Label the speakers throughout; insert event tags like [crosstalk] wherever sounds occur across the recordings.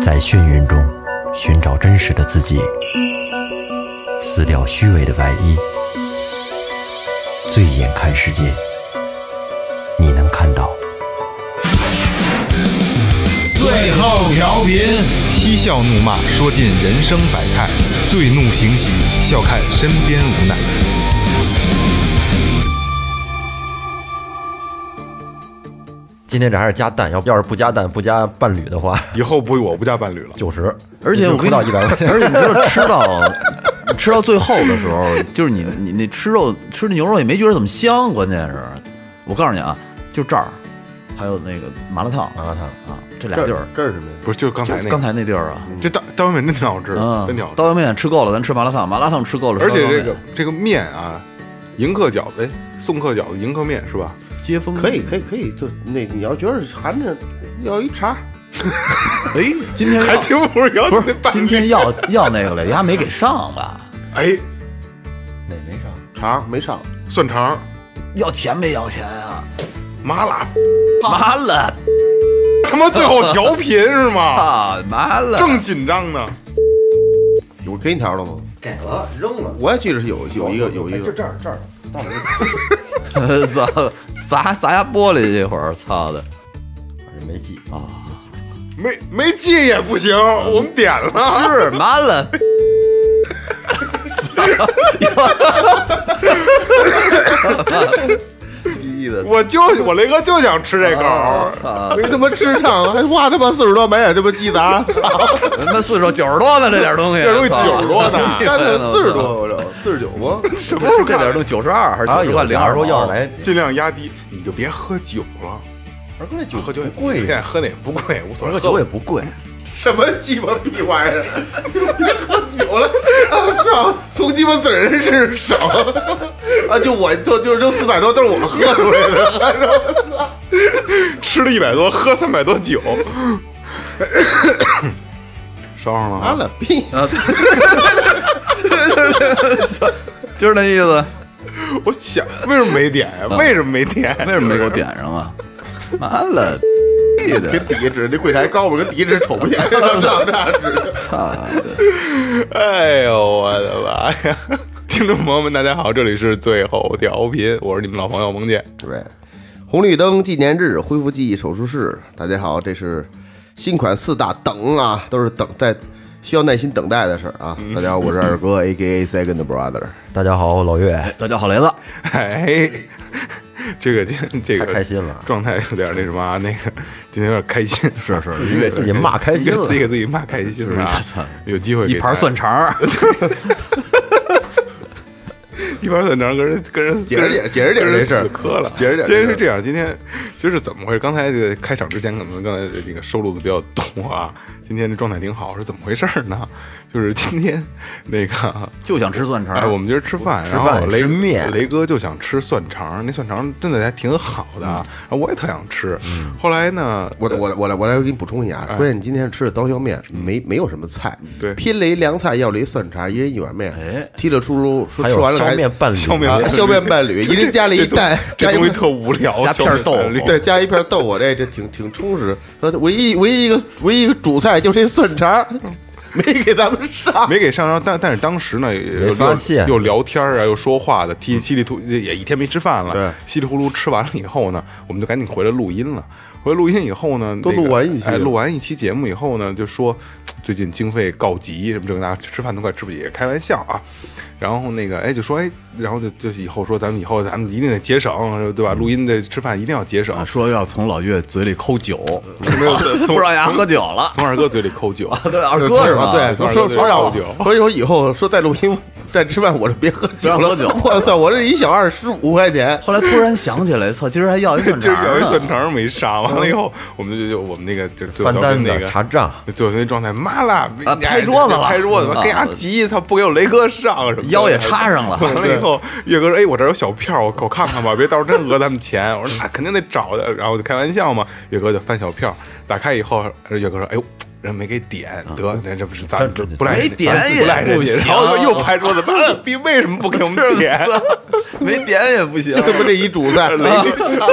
Speaker 1: 在眩晕中寻找真实的自己，撕掉虚伪的外衣，醉眼看世界，你能看到。
Speaker 2: 最后调频，
Speaker 3: 嬉笑怒骂，说尽人生百态；醉怒行喜，笑看身边无奈。
Speaker 1: 今天这还是加蛋，要要是不加蛋不加伴侣的话，
Speaker 3: 以后不，我不加伴侣了。
Speaker 1: [laughs] 九十，
Speaker 4: 而且我
Speaker 1: 不
Speaker 4: 跟
Speaker 1: 到
Speaker 4: 你
Speaker 1: 一 [laughs] 百块钱。
Speaker 4: 而且你知道吃到吃到最后的时候，就是你你那吃肉吃那牛肉也没觉得怎么香，关键是，我告诉你啊，就这儿，还有那个麻辣烫
Speaker 1: 麻辣烫
Speaker 4: 啊，这俩地儿，
Speaker 2: 这是什么呀？
Speaker 3: 不是，就刚才那
Speaker 4: 就
Speaker 3: 个，
Speaker 4: 刚才那地儿啊，
Speaker 3: 这大刀削面真挺好吃的，
Speaker 4: 嗯
Speaker 3: 真挺好，吃。
Speaker 4: 刀削面吃够了，咱吃麻辣烫，麻辣烫吃够了，
Speaker 3: 而且
Speaker 4: 吃刀削
Speaker 3: 这
Speaker 4: 面
Speaker 3: 个这个面啊，迎客饺子，哎，送客饺子，迎客面是吧？
Speaker 4: 接风
Speaker 2: 可以，可以，可以，就那你要觉得含着要一茬儿，
Speaker 4: 哎，今天
Speaker 3: 还
Speaker 4: 要
Speaker 3: 挺不是，
Speaker 4: 不是今天要要那个了，丫没给上吧？
Speaker 3: 哎，
Speaker 1: 哪没上？
Speaker 2: 茬儿没上，
Speaker 3: 蒜肠、
Speaker 4: 要钱没要钱啊？
Speaker 3: 麻辣，
Speaker 4: 麻辣
Speaker 3: 他妈最后调频是
Speaker 4: [laughs]
Speaker 3: 吗？
Speaker 4: 烫，麻辣
Speaker 3: 正紧张呢，
Speaker 2: 我给你条了吗？
Speaker 1: 给了，扔了。哎
Speaker 2: 我也记得是有有一个有一
Speaker 1: 就
Speaker 2: 个，
Speaker 1: 这儿这儿。
Speaker 4: [laughs] 砸砸砸下玻璃这会儿，操的！
Speaker 1: 没记啊，
Speaker 3: 没没记也不行，我们点了。
Speaker 4: 是麻了。逼的，
Speaker 3: 我就我雷哥就想吃这口儿，
Speaker 4: 啊操！
Speaker 2: 没他妈吃上，还花他妈四十多买点他妈鸡杂，操，
Speaker 4: 他妈四手九十多呢，这点东西，
Speaker 3: 这东西
Speaker 4: 操
Speaker 3: 九十多呢，
Speaker 2: 干脆
Speaker 1: 啊
Speaker 2: 四十多，
Speaker 1: [laughs]
Speaker 2: 我这四十九吗？
Speaker 3: 什么时候
Speaker 4: 这点
Speaker 3: 看？
Speaker 4: 东西九十二还是
Speaker 1: 然后
Speaker 4: 九十
Speaker 1: 有
Speaker 4: 块零？
Speaker 1: 俩人说要是来，
Speaker 3: 尽量压低，你就别喝酒了。
Speaker 1: 二哥那酒
Speaker 3: 喝酒也不
Speaker 1: 贵
Speaker 3: 现，在喝的也不贵，无所谓。
Speaker 1: 二哥酒也不贵，
Speaker 2: 什么鸡巴屁玩意儿？别喝酒了，
Speaker 3: 啊
Speaker 2: 我操！从鸡巴死人身上少啊！就我就就扔四百多都是我喝出来的，
Speaker 3: 吃了一百多，喝三百多酒， [coughs] 烧上了
Speaker 2: 妈
Speaker 3: 吗？
Speaker 2: 了逼！
Speaker 4: 就是那意思。
Speaker 3: 我想为什么没点呀？啊为什么没点？
Speaker 4: 为什么没给我点上啊？麻了，逼的，
Speaker 2: 跟底下指那柜台高吧，跟底下指瞅不见，上那指。
Speaker 4: 操的！
Speaker 3: 哎呦我的妈呀！听众朋友们，大家好，这里是最后调频，我是你们老朋友蒙健。
Speaker 2: 对，红绿灯纪念日恢复记忆手术室，大家好，这是新款四大等啊，都是等待，需要耐心等待的事儿啊。大家好，我是二哥，A K A Second Brother。
Speaker 1: 大家好，我老岳，
Speaker 4: 大家好，雷子，
Speaker 3: 哎，这个这这个
Speaker 1: 太开心了
Speaker 3: 状态有点那什么啊，那个今天有点开心，
Speaker 4: 是是，
Speaker 1: 自己给自己骂开心了
Speaker 3: [laughs] 自。己给自己骂开心了啊
Speaker 4: 是。
Speaker 3: 有机会
Speaker 4: 一盘蒜
Speaker 3: 肠，
Speaker 4: 肠儿，
Speaker 3: [laughs] 一盘蒜肠跟人跟人
Speaker 2: 解释解解释解释这事
Speaker 3: 跟
Speaker 2: 儿
Speaker 3: 人死磕了，
Speaker 2: 解释
Speaker 3: 今
Speaker 2: 解释
Speaker 3: 天是这样，今天就是怎么回事？刚才这个开场之前，可能刚才这个收录的比较多啊，今天这状态挺好，是怎么回事呢？就是今天那
Speaker 2: 啊
Speaker 3: 个
Speaker 4: 就想吃蒜肠
Speaker 3: 哎，
Speaker 4: 儿。
Speaker 3: 我们今儿吃饭，然
Speaker 1: 饭
Speaker 3: 后雷
Speaker 1: 吃面
Speaker 3: 雷哥就想吃蒜肠，那蒜肠真的还挺好的，然后我也特想吃。后来呢，
Speaker 2: 嗯我我我来我来给你补充一下啊，关键你今天吃的刀削面没没有什么菜，
Speaker 3: 哎嗯对
Speaker 2: 拼了一凉菜，要了一蒜茶，一人一碗面
Speaker 4: 哎，
Speaker 2: 提了出炉，说
Speaker 1: 还
Speaker 2: 吃
Speaker 1: 有
Speaker 2: 完了
Speaker 1: 烧
Speaker 2: 还
Speaker 1: 面伴侣，
Speaker 3: 烧面
Speaker 2: 啊，削面伴侣，一人加了一蛋，
Speaker 3: 这
Speaker 2: 加一
Speaker 3: 东西特无聊，
Speaker 4: 加片儿豆
Speaker 3: 小米呃饭
Speaker 2: 对，加一片豆腐，哎这这挺挺充实。说唯一唯一一个唯一一个主菜就是这蒜肠，没给咱们
Speaker 3: [laughs]
Speaker 2: 上。
Speaker 3: 没给上上，但但是当时呢，
Speaker 1: 没
Speaker 3: 也
Speaker 1: 发现
Speaker 3: 又聊天啊，又说话的，稀稀里糊也一天没吃饭了，
Speaker 2: 对
Speaker 3: 稀里糊涂吃完了以后呢，我们就赶紧回来录音了。回来录音以后呢，
Speaker 2: 都
Speaker 3: 那个
Speaker 2: 录完一期
Speaker 3: 哎，
Speaker 2: 了
Speaker 3: 录完一期节目以后呢，就说最近经费告急，什么这个那，吃饭都快吃不起，开玩笑啊。然后那个哎，就说哎，然后就就以后说咱们以后咱们一定得节省，对吧？录音的吃饭一定要节省
Speaker 4: 啊，，说要从老岳嘴里抠酒，
Speaker 3: [laughs] 没有
Speaker 4: [laughs] 不
Speaker 3: 从
Speaker 4: 让人家喝酒
Speaker 3: [laughs]
Speaker 4: 了。
Speaker 3: 从二哥嘴里抠酒。
Speaker 4: 对，二哥是
Speaker 3: [laughs]
Speaker 4: 吧？
Speaker 2: 对，说说说让我
Speaker 3: 二哥得喝酒，
Speaker 2: 所以说以后说在录音在吃饭，我就别喝酒
Speaker 4: 不要
Speaker 2: 了。
Speaker 4: 喝酒
Speaker 2: 我操，我这一小二十五块钱，
Speaker 4: 后来突然想起来，操，今儿
Speaker 3: [laughs]
Speaker 4: 还要一蒜
Speaker 3: 就
Speaker 4: 肠
Speaker 3: 是有
Speaker 4: 儿啊
Speaker 3: 一
Speaker 4: 呢
Speaker 3: 蒜肠没杀，完了以后，我们就就我们那个就是最后
Speaker 1: 翻单
Speaker 3: 那
Speaker 1: 的
Speaker 3: 个
Speaker 1: 查账，
Speaker 3: 最后那状态，妈啦，
Speaker 4: 啊
Speaker 3: 哎
Speaker 4: 拍桌子了
Speaker 3: 拍桌子了，
Speaker 4: 嗯
Speaker 3: 给俺急，他不给我雷哥上什么的，
Speaker 4: 腰也插上了
Speaker 3: [laughs] 完了以后，岳哥说：“哎，我这儿有小票，我我看看吧，别到时候真讹咱们钱。”我说：“那肯定得找的。”然后我就开玩笑嘛，岳哥就翻小票，打开以后，岳哥说：“哎呦。”人没给点，得，这这不是咱
Speaker 1: 这这
Speaker 3: 不赖人家
Speaker 4: 没点
Speaker 3: 咱
Speaker 4: 也
Speaker 3: 不赖人家
Speaker 4: 不行
Speaker 3: 然后又拍桌子，妈了逼，为什么不给我们点？
Speaker 4: [laughs] 没点
Speaker 3: [laughs]
Speaker 4: 也不行
Speaker 2: 就。他妈这一主菜，
Speaker 3: 雷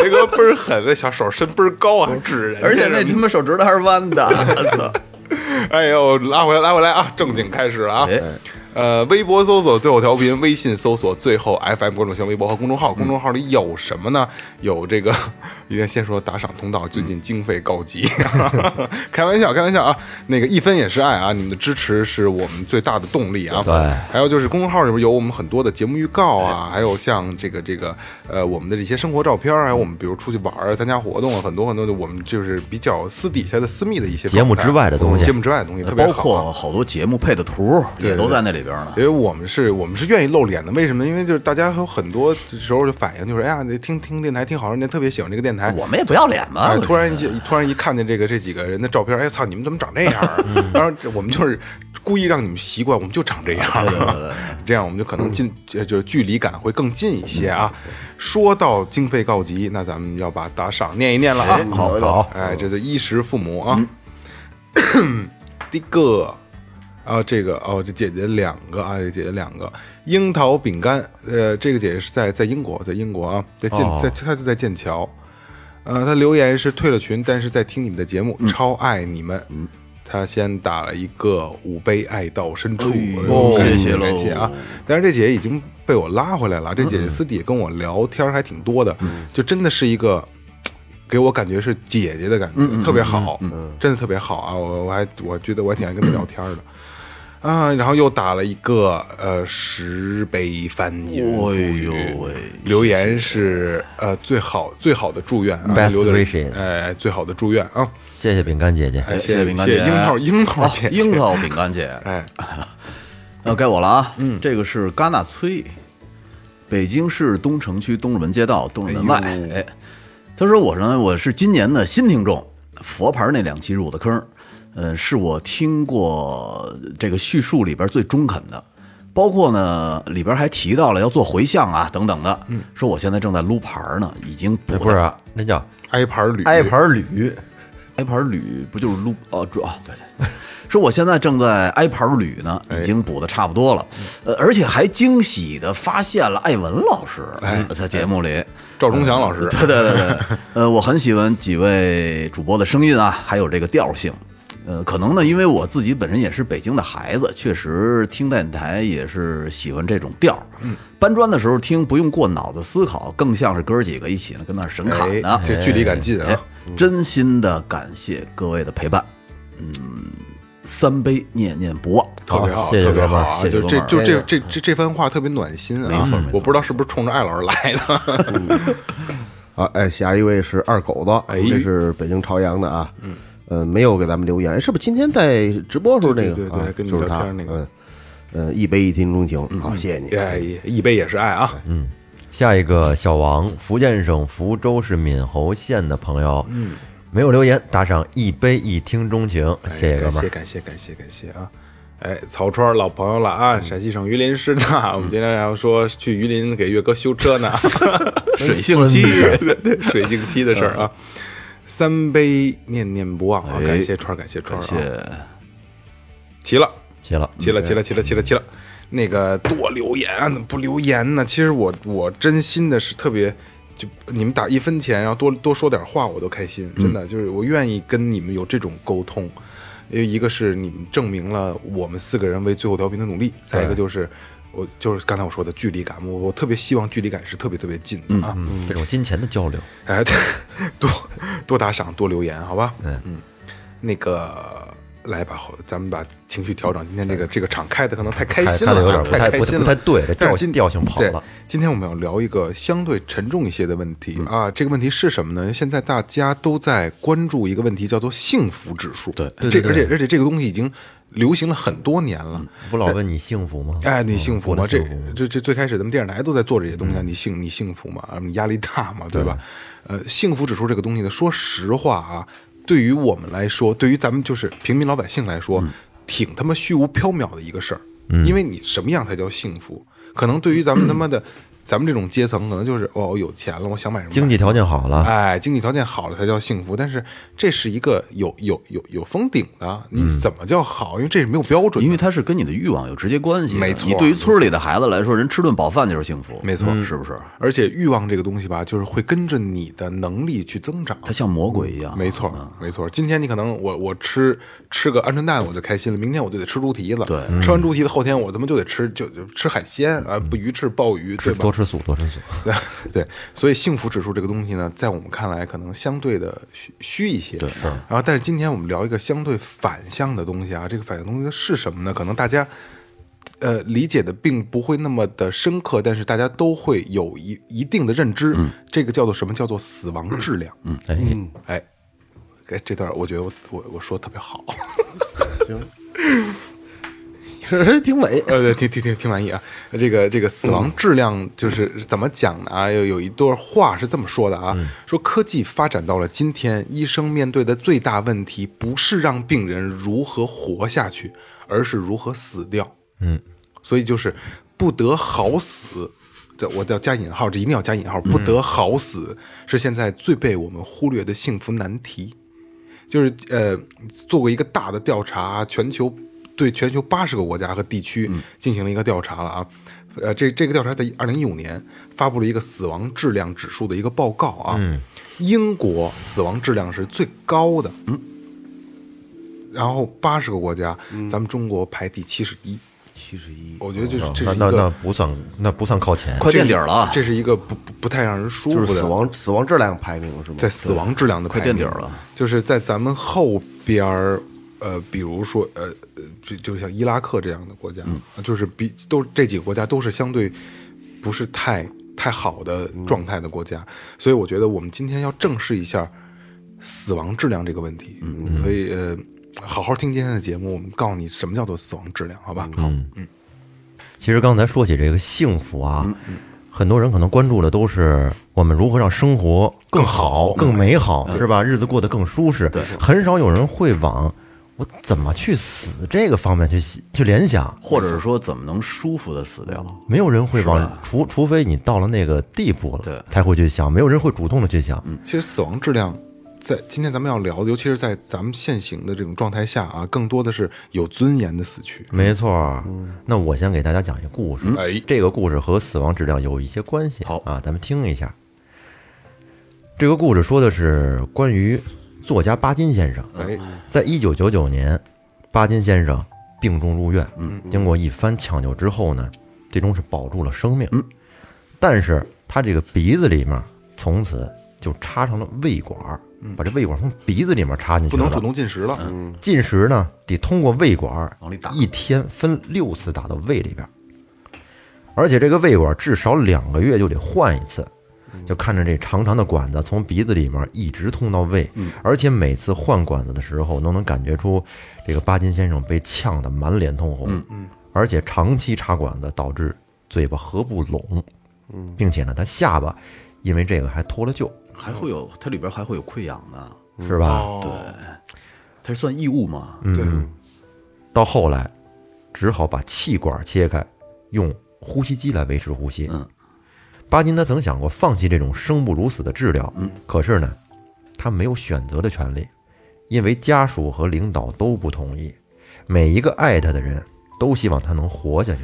Speaker 3: 雷哥倍儿狠，那小手伸倍儿高啊，指人家
Speaker 4: 而且那
Speaker 3: 什么 [laughs]
Speaker 4: 他妈手指头还是弯的，我操！
Speaker 3: 哎呦，拉回来，拉回来啊！正经开始了啊！
Speaker 4: 哎
Speaker 3: 呃，微博搜索最后调频，微信搜索最后 FM 观众新微博和公众号。公众号里有什么呢？有这个， [laughs] 一定要先说打赏通道，最近经费告急， [laughs] 开玩笑，开玩笑啊！那个一分也是爱啊，你们的支持是我们最大的动力啊！
Speaker 4: 对
Speaker 3: 还有就是公众号里边有我们很多的节目预告啊，还有像这个这个呃我们的这些生活照片儿，还啊有我们比如出去玩儿、参加活动啊，很多很多的我们就是比较私底下的私密的一些
Speaker 1: 节目
Speaker 3: 状态
Speaker 1: 之外的东西
Speaker 3: 节目之外的东西特别
Speaker 4: 呃包
Speaker 3: 好啊。
Speaker 4: 括好多节目配的图也都在那里边呢
Speaker 3: 因。为我们是我们是愿意露脸的，为什么呢？因为就是大家有很多时候就反映，就是哎呀，你听听电台听好人家特别喜欢这个电台。
Speaker 4: 我们也不要脸嘛
Speaker 3: 哎，，突然一下突然一看见这个这几个人的照片，哎操，你们怎么长这样
Speaker 4: [laughs]
Speaker 3: 啊？然后我们就是故意让你们习惯，我们就长这样， [laughs] 这样我们就可能近呃就是距离感会更近一些啊。说到经费告急，那咱们要把打赏念一念了啊。
Speaker 2: 好好，
Speaker 3: 哎，这是衣食父母啊。
Speaker 4: 嗯
Speaker 3: [coughs] 第一个啊，这个哦，这姐姐两个啊，这姐姐两个樱桃饼干，呃，这个姐姐是在在英国，在英国啊，在剑、
Speaker 4: 哦
Speaker 3: 在她就在剑桥，呃，她留言是退了群，但是在听你们的节
Speaker 4: 嗯
Speaker 3: 目，超爱你们。她先打了一个五杯爱到深处，
Speaker 4: 哎
Speaker 3: 呃
Speaker 4: 呦哦
Speaker 3: 感
Speaker 4: 谢谢喽
Speaker 3: 感谢啊！但是这姐姐已经被我拉回来了，这姐
Speaker 4: 嗯
Speaker 3: 姐私底下跟我聊天还挺多的，就真的是一个给我感觉是姐姐的感觉，
Speaker 4: 嗯
Speaker 3: 特别好，真的特别好啊！我我还我觉得我还挺爱跟她聊天的。啊，然后又打了一个呃十杯翻译，
Speaker 4: 哎呦喂
Speaker 3: 留言是呃最好最好的祝愿啊
Speaker 1: Best
Speaker 3: 留的
Speaker 1: wishes
Speaker 3: 哎最好的祝愿啊，
Speaker 1: 谢谢饼干姐姐，
Speaker 3: 哎
Speaker 4: 谢
Speaker 3: 谢
Speaker 4: 饼干
Speaker 3: 谢
Speaker 4: 姐，
Speaker 3: 樱桃樱桃
Speaker 4: 啊
Speaker 3: 姐姐
Speaker 4: 樱桃饼干姐，
Speaker 3: [laughs] 哎
Speaker 4: [laughs] 那该我了啊。嗯，这个是戛纳崔，北京市东城区东直门街道东直门外。哎，他说我呢，我是今年的新听众，佛牌那两期入的坑，呃，是我听过这个叙述里边最中肯的。包括呢，里边还提到了要做回向啊，等等的。
Speaker 3: 嗯
Speaker 4: 说我现在正在撸牌呢，已经补
Speaker 1: 这
Speaker 4: 到
Speaker 1: 不是啊，那叫
Speaker 3: 挨盘儿捋
Speaker 1: 挨盘捋，
Speaker 4: 挨盘捋不就是撸哦主啊对对，说我现在正在挨盘捋呢，
Speaker 3: 哎
Speaker 4: 已经补的差不多了，
Speaker 3: 嗯
Speaker 4: 呃，而且还惊喜的发现了艾文老师，嗯在节目里，
Speaker 3: 赵忠祥哎老师，
Speaker 4: 对对对对，呃，我很喜欢几位主播的声音啊，还有这个调性。呃，可能呢，因为我自己本身也是北京的孩子，确实听电台也是喜欢这种调儿。
Speaker 3: 嗯
Speaker 4: 搬砖的时候听，不用过脑子思考，更像是哥儿几个一起呢跟那儿神侃呢。
Speaker 3: 哎，这距离感近
Speaker 4: 哎
Speaker 3: 啊，，
Speaker 4: 真心的感谢各位的陪伴，嗯，三杯念念不忘。
Speaker 3: 特别好，
Speaker 1: 好谢谢
Speaker 3: 特别
Speaker 1: 哥
Speaker 3: 好
Speaker 1: 们儿
Speaker 3: 啊！
Speaker 4: 谢谢
Speaker 3: 就
Speaker 4: 哥
Speaker 3: 这
Speaker 4: 们儿哎
Speaker 3: 就这这这这番话特别暖心啊！
Speaker 4: 没错没错
Speaker 3: 我不知道是不是冲着艾老师来
Speaker 4: [laughs]
Speaker 3: 的，
Speaker 2: 啊，哎，下一位是二狗子，
Speaker 3: 哎
Speaker 2: 这是北京朝阳的啊，嗯，呃，没有给咱们留言，哎是不是今天在直播时候那个？
Speaker 3: 对对对对
Speaker 2: 啊
Speaker 3: 跟你
Speaker 2: 就是
Speaker 3: 聊
Speaker 2: 他
Speaker 3: 天那个
Speaker 2: 嗯，呃，一杯一听钟情，好，谢谢你。 [laughs]
Speaker 3: 哎，一杯也是爱啊！
Speaker 1: 下一个小王，福建省福州市闽侯县的朋友，嗯，没有留言，打赏一杯一听钟情，谢谢哥
Speaker 3: 哎
Speaker 1: 们
Speaker 3: 感谢
Speaker 1: 儿。
Speaker 3: 感谢感谢感谢啊！哎，曹川老朋友了啊，陕西省榆林市的，我们今天要说去榆林给岳哥修车呢， [laughs] 水性漆，对 [laughs] 对，水性漆的事儿啊。三杯念念不忘啊！
Speaker 4: 哎
Speaker 3: 感谢川儿，感谢川儿
Speaker 4: 谢
Speaker 3: 啊！齐了。
Speaker 1: 谢了，
Speaker 3: 齐了，齐了，齐了，齐了，齐了。那个多留言啊，怎么不留言呢？其实我我真心的是特别，就你们打一分钱，然后多多说点话，我都开心。真的，就是我愿意跟你们有这种沟通，因为一个是你们证明了我们四个人为最后调频的努力，再一个就是我就是刚才我说的距离感，我我特别希望距离感是特别特别近的啊。
Speaker 1: 嗯这种金钱的交流，
Speaker 3: 哎， [laughs] 对多多打赏，多留言，好吧？嗯嗯，那个来吧，好咱们把情绪调整。今天这个这个场开的可能太开心了
Speaker 1: 哎开得有
Speaker 3: 啊，
Speaker 1: 点不太
Speaker 3: 开心了，
Speaker 1: 不太不太对这
Speaker 3: 但是
Speaker 1: 调
Speaker 3: 今
Speaker 1: 调性跑了
Speaker 3: 对今天我们要聊一个相对沉重一些的问
Speaker 1: 嗯
Speaker 3: 题啊，这个问题是什么呢？现在大家都在关注一个问题，叫做幸福指数。对，
Speaker 1: 对
Speaker 3: 这
Speaker 1: 对嗯
Speaker 3: 而且而且这个东西已经流行了很多年了。
Speaker 1: 不老问你幸福吗？
Speaker 3: 哎，你幸福吗？
Speaker 1: 嗯
Speaker 3: 这
Speaker 1: 过得幸福嗯吗
Speaker 3: 这这最开始咱们电视台都在做这些东西啊，你幸你幸福吗？啊你压力大吗？对吧？呃，幸福指数这个东西呢，说实话啊，对于我们来说，对于咱们就是平民老百姓来说，
Speaker 1: 嗯
Speaker 3: 挺他妈虚无缥缈的一个事儿。因为你什么样才叫幸福？可能对于咱们他妈的。咱们这种阶层可能就是哦，我有钱了，我想买什么买
Speaker 1: 经济条件好了，
Speaker 3: 哎，经济条件好了才叫幸福，但是这是一个有有有有封顶的，你
Speaker 1: 嗯
Speaker 3: 怎么叫好？因为这是没有标准的，
Speaker 4: 因为它是跟你的欲望有直接关系的。
Speaker 3: 没错
Speaker 4: 你对于村里的孩子来说，人吃顿饱饭就是幸福，
Speaker 3: 没错
Speaker 4: 是不是？
Speaker 3: 而且欲望这个东西吧，就是会跟着你的能力去增长。
Speaker 4: 它像魔鬼一样，
Speaker 3: 没错，没错。今天你可能我我吃吃个鹌鹑蛋我就开心了，明天我就得吃猪蹄子，
Speaker 4: 对，
Speaker 3: 吃完猪蹄子后天我他妈就得吃就就吃海鲜啊，不鱼翅鲍鱼，对
Speaker 1: 吃
Speaker 3: 吧
Speaker 1: 多？吃素，多吃素。
Speaker 3: [laughs] 对，所以幸福指数这个东西呢，在我们看来可能相对的虚虚一些。对，是。然后，但是今天我们聊一个相对反向的东西啊，这个反向东西是什么呢？可能大家呃理解的并不会那么的深刻，但是大家都会有一一定的认知。这个叫做什么？叫做死亡质量。嗯，
Speaker 1: 哎，
Speaker 3: 哎，哎，这段我觉得我我我说的特别好。
Speaker 2: 可是挺美。
Speaker 3: 呃，对，挺挺挺挺满意啊。这个这个死亡质量就是怎么讲呢？啊，有有一段话是这么说的啊，说科技发展到了今天，医生面对的最大问题不是让病人如何活下去，而是如何死掉。嗯，所以就是不得好死。这我要加引号，这一定要加引号。不得好死、是现在最被我们忽略的幸福难题。就是呃，做过一个大的调查，全球对全球八十个国家和地区
Speaker 2: 嗯
Speaker 3: 进行了一个调查了啊。呃，这这个调查在二零一五年发布了一个死亡质量指数的一个报告啊。
Speaker 2: 嗯
Speaker 3: 英国死亡质量是最高的，嗯，然后八十个国家，
Speaker 2: 嗯
Speaker 3: 咱们中国排第七十一，
Speaker 2: 七十一，
Speaker 3: 我觉得
Speaker 2: 哦
Speaker 3: 就是
Speaker 1: 那
Speaker 3: 这是一
Speaker 1: 那那
Speaker 3: 个。
Speaker 1: 不算，那不算靠前。
Speaker 4: 快垫底儿了啊，
Speaker 3: 这是一个不不不太让人舒
Speaker 2: 就是
Speaker 3: 服的
Speaker 2: 死亡死亡质量排名是吗？
Speaker 3: 在死亡质量的
Speaker 4: 快
Speaker 3: 排名
Speaker 4: 垫底儿了，
Speaker 3: 就是在咱们后边儿，呃，比如说呃呃，就就像伊拉克这样的国家，
Speaker 4: 嗯
Speaker 3: 就是比都这几个国家都是相对不是太太好的状态的国家，
Speaker 4: 嗯
Speaker 3: 所以我觉得我们今天要正视一下死亡质量这个问题，
Speaker 4: 嗯
Speaker 3: 所以呃，好好听今天的节目，我们告诉你什么叫做死亡质量，好吧？
Speaker 4: 嗯
Speaker 3: 好，
Speaker 1: 其实刚才说起这个幸福啊，很多人可能关注的都是我们如何让生活更好、更美嗯好，是吧？日子过得更舒适。很少有人会往我怎么去死这个方面去想去联想。
Speaker 4: 或者是说怎么能舒服的死掉？
Speaker 1: 没有人会往，除除非你到了那个地步了
Speaker 4: 对，
Speaker 1: 才会去想。没有人会主动的去想。
Speaker 3: 其实死亡质量，在今天咱们要聊的，尤其是在咱们现行的这种状态下啊，更多的是有尊严的死去。
Speaker 1: 没错儿，那我先给大家讲一个故事。
Speaker 3: 哎
Speaker 1: 这个故事和死亡质量有一些关系。
Speaker 4: 好
Speaker 1: 啊，咱们听一下。这个故事说的是关于作家巴金先生。
Speaker 3: 哎，
Speaker 1: 在一九九九年，巴金先生病重入院，
Speaker 3: 嗯
Speaker 1: 经过一番抢救之后呢，最终是保住了生命。
Speaker 3: 嗯
Speaker 1: 但是他这个鼻子里面从此就插上了胃管儿，把这胃管儿从鼻子里面插进去
Speaker 3: 嗯不
Speaker 1: 了。
Speaker 3: 能主动进食了。嗯，
Speaker 1: 进食呢，得通过胃管儿
Speaker 4: 往里打
Speaker 1: 一天分六次打到胃里边儿，而且这个胃管儿至少两个月就得换一次。
Speaker 4: 嗯
Speaker 1: 就看着这长长的管子从鼻子里面一直通到胃，
Speaker 4: 嗯
Speaker 1: 而且每次换管子的时候都能感觉出这个巴金先生被呛得满脸通红，
Speaker 4: 嗯
Speaker 1: 而且长期插管子导致嘴巴合不拢，
Speaker 4: 嗯
Speaker 1: 并且呢他下巴因为这个还脱了臼，
Speaker 4: 还会有它里边还会有溃疡呢，
Speaker 1: 是吧？
Speaker 4: 哦它是算异物吗？
Speaker 3: 哦对，
Speaker 1: 到后来，只好把气管切开，用呼吸机来维持呼吸。
Speaker 4: 嗯，
Speaker 1: 巴金他曾想过放弃这种生不如死的治疗，可是呢，他没有选择的权利，因为家属和领导都不同意，每一个爱他的人都希望他能活下去，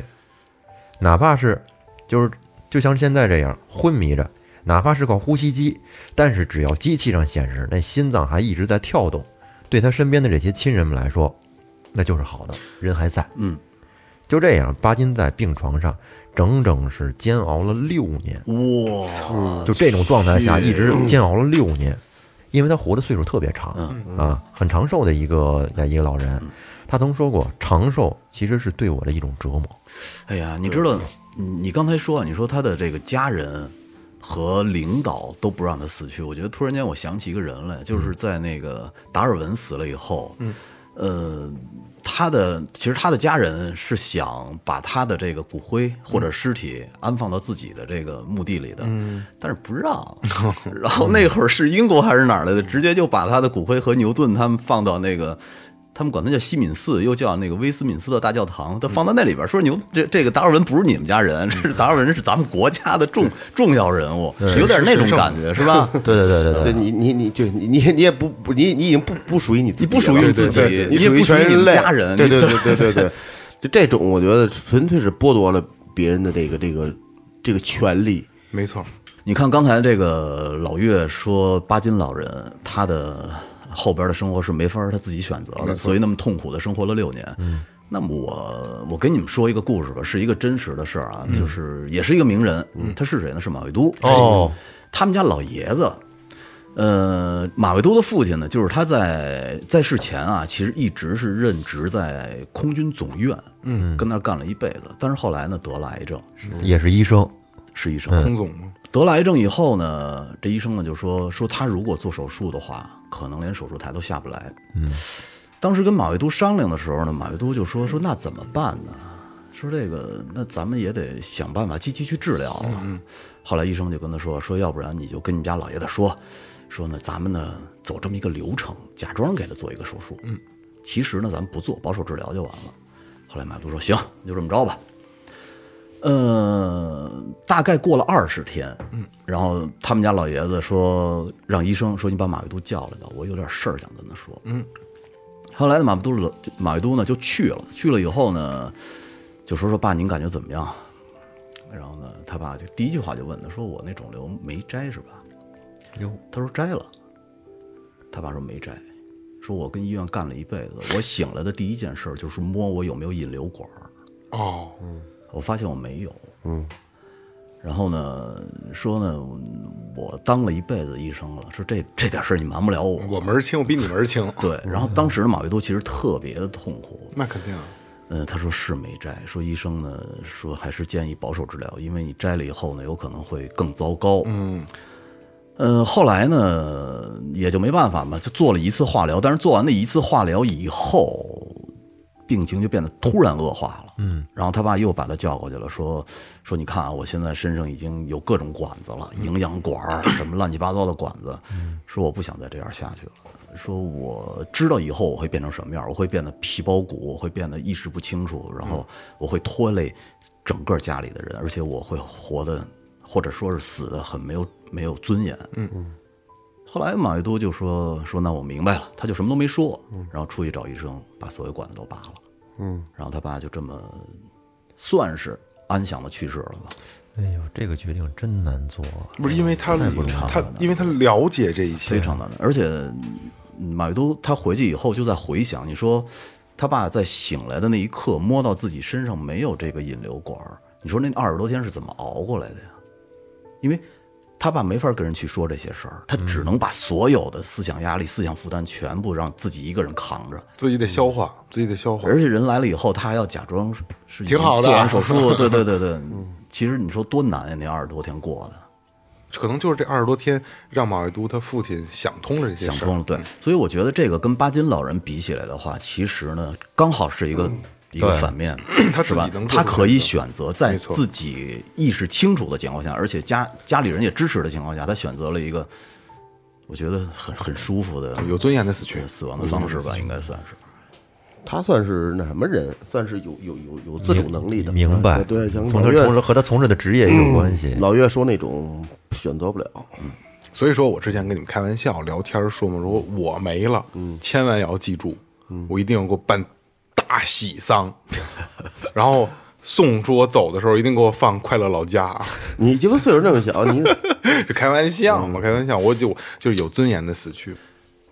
Speaker 1: 哪怕是就是就像现在这样昏迷着，哪怕是靠呼吸机，但是只要机器上显示那心脏还一直在跳动，对他身边的这些亲人们来说，那就是好的，人还在。
Speaker 4: 嗯，
Speaker 1: 就这样，巴金在病床上整整是煎熬了六年，
Speaker 3: 嗯
Speaker 4: 哇，
Speaker 1: 就这种状态下一直煎熬了六年，因为他活的岁数特别长
Speaker 2: 嗯
Speaker 1: 啊，很长寿的一个呃一个老人。他曾说过，长寿其实是对我的一种折磨。
Speaker 4: 哎呀，你知道，你你刚才说啊，你说他的这个家人和领导都不让他死去，我觉得突然间我想起一个人来，就是在那个达尔文死了以后，嗯，呃，他的其实他的家人是想把他的这个骨灰或者尸体安放到自己的这个墓地里的，嗯，但是不让。然后那会儿是英国还是哪儿来的，直接就把他的骨灰和牛顿他们放到那个。他们管它叫西敏寺，又叫那个威斯敏斯特大教堂，它放到那里边儿，说你们这这个达尔文不是你们家人， [laughs] 这是达尔文是咱们国家的重重要人物，有点那种感觉是吧？
Speaker 1: [laughs] 对对对对
Speaker 2: 对
Speaker 1: 对，
Speaker 2: 你你你就你你你也不不你你已经不不属于你自己
Speaker 4: 你
Speaker 2: 了，
Speaker 4: 不属于你
Speaker 2: 对
Speaker 4: 自己
Speaker 2: 对对，
Speaker 4: 你
Speaker 2: 你
Speaker 4: 也
Speaker 2: 属于
Speaker 4: 不属于
Speaker 2: 全
Speaker 4: 你
Speaker 2: 人类
Speaker 4: 家人
Speaker 2: 对对
Speaker 4: 对
Speaker 2: 对对对对，就这种我觉得纯粹是剥夺了别人的这个这个这个权利。
Speaker 3: 没错，
Speaker 4: 你看刚才这个老岳说巴金老人，他的后边的生活是没法儿嗯他自己选择的，所以那么痛苦的生活了六年。那么我我跟你们说一个故事吧，是一个真实的事儿啊，就是也是一个名人，他是谁呢？是马未都哎
Speaker 1: 哦，
Speaker 4: 他们家老爷子。呃，马未都的父亲呢，就是他在在世前啊，其实一直是任职在空军总院，嗯，跟那儿干了一辈子。但是后来呢，得了癌症，
Speaker 1: 也是医生，
Speaker 4: 是医生。
Speaker 3: 空总吗？
Speaker 4: 得了癌症以后呢，这医生呢就说说他如果做手术的话，可能连手术台都下不来。嗯，当时跟马未都商量的时候呢，马未都就说说那怎么办呢？说这个那咱们也得想办法积极去治疗了。后来医生就跟他说说要不然你就跟你家老爷子说，说呢咱们呢走这么一个流程，假装给他做一个手术。嗯，其实呢咱们不做，保守治疗就完了。后来马未都说行，就这么着吧。呃，大概过了二十天，嗯，然后他们家老爷子说让医生说你把马未都叫来吧，我有点事儿想跟他说，嗯。后来呢，马未都老马未都呢就去了，去了以后呢，就说说爸您感觉怎么样？然后呢，他爸就第一句话就问他说我那肿瘤没摘是吧？
Speaker 1: 哟，
Speaker 4: 他说摘了，他爸说没摘，说我跟医院干了一辈子，我醒来的第一件事就是摸我有没有引流管儿。
Speaker 3: 哦，
Speaker 4: 我发现我没有，嗯，然后呢，说呢，我当了一辈子医生了，说这这点事儿你瞒不了我，
Speaker 3: 我门儿清，我比你门儿清，
Speaker 4: 对。然后当时的马未都其实特别的痛苦，
Speaker 3: [laughs] 那肯定啊，
Speaker 4: 嗯，他说是没摘，说医生呢说还是建议保守治疗，因为你摘了以后呢，有可能会更糟糕，嗯。呃，后来呢，也就没办法嘛，就做了一次化疗。但是做完那一次化疗以后，病情就变得突然恶化了。嗯，然后他爸又把他叫过去了，说说你看啊，我现在身上已经有各种管子了，营养管儿什么乱七八糟的管子，说我不想再这样下去了，说我知道以后我会变成什么样，我会变得皮包骨，我会变得意识不清楚，然后我会拖累整个家里的人，而且我会活得或者说是死得很没有没有尊严。嗯嗯。后来马未都就说说那我明白了，他就什么都没说，然后出去找医生，把所有管子都拔了。嗯，然后他爸就这么算是安详的去世了吧？
Speaker 1: 哎呦，这个决定真难做啊，
Speaker 3: 不是因为他
Speaker 4: 常
Speaker 3: 他，因为他了解这一
Speaker 4: 非
Speaker 3: 切，
Speaker 4: 常难的。而且嗯马未都他回去以后就在回想，你说他爸在醒来的那一刻摸到自己身上没有这个引流管儿，你说那二十多天是怎么熬过来的呀？因为他爸没法跟人去说这些事儿，他只能把所有的思想压力、思想负担全部让自己一个人扛着。
Speaker 3: 自己得消化，自己得消化。
Speaker 4: 而且人来了以后，他还要假装是是已经
Speaker 3: 挺好的
Speaker 4: 做
Speaker 3: [laughs]
Speaker 4: 完手术，对对对对。其实你说多难呀，那二十多天过的。
Speaker 3: 可能就是这二十多天，让马未都他父亲想通了这些事
Speaker 4: 想
Speaker 3: 儿
Speaker 4: 通了，对，所以我觉得这个跟巴金老人比起来的话，其实呢，刚好是一个、一个反面，
Speaker 3: 嗯 [clears throat] 他
Speaker 4: 是
Speaker 3: 自己
Speaker 4: 吧
Speaker 3: 能？做
Speaker 4: 他
Speaker 3: 出
Speaker 4: 可
Speaker 3: 选择
Speaker 4: 以选择在
Speaker 3: 没错
Speaker 4: 自己意识清楚的情况下，而且家家里人也支持的情况下，他选择了一个我觉得很很舒服的、
Speaker 3: 有尊严的死去嗯
Speaker 4: 死亡的方式吧，应该算是。
Speaker 2: 他算是那什么人？算是有有有有自主能力的，啊
Speaker 1: 明白？
Speaker 2: 对，像
Speaker 1: 从
Speaker 2: 老
Speaker 1: 他
Speaker 2: 岳
Speaker 1: 从事和他从事的职业也有关系，
Speaker 2: 嗯老岳说那种选择不了，
Speaker 3: 所以说我之前跟你们开玩笑聊天儿说嘛，如果我没了，
Speaker 4: 嗯
Speaker 3: 千万也要记住，我一定要给我办大喜丧， [laughs] 然后送出我走的时候，一定给我放《快乐老家》啊，
Speaker 2: 你鸡巴岁数这么小，你
Speaker 3: 就开玩笑
Speaker 4: 嗯
Speaker 3: 嘛，开玩笑，我就就是有尊严的死去，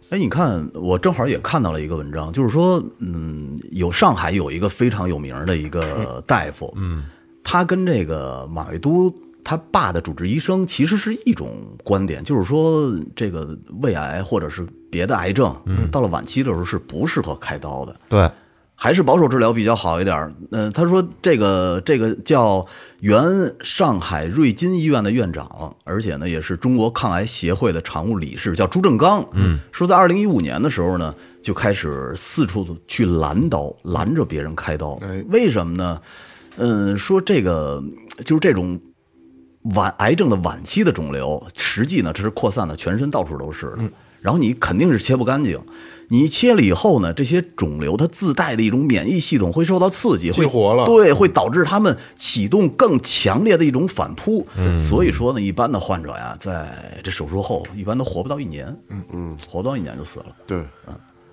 Speaker 4: 哎，你看，我正好也看到了一个文章，就是说，嗯，有上海有一个非常有名的一 [laughs] 个大夫，嗯，他跟这个马未都他爸的主治医生其实是一种观点，就是说，这个胃癌或者是别的癌症，嗯，到了晚期的时候是不适合开刀的，
Speaker 1: 对，
Speaker 4: 还是保守治疗比较好一点儿。嗯、他说这个这个叫原上海瑞金医院的院长，而且呢也是中国抗癌协会的常务理事，叫朱正刚。嗯，说在二零一五年的时候呢，就开始四处地去拦刀，拦着别人开刀。为什么呢？嗯，说这个就是这种晚癌症的晚期的肿瘤，实际呢这是扩散的，全身到处都是的。然后你肯定是切不干净。你切了以后呢，这些肿瘤它自带的一种免疫系统会受到刺激，
Speaker 3: 激
Speaker 4: 会
Speaker 3: 活了
Speaker 4: 对，会导致它们启动更强烈的一种反扑。所以说呢，一般的患者呀，在这手术后一般都活不到一年，嗯嗯，活不到一年就死了。
Speaker 2: 对，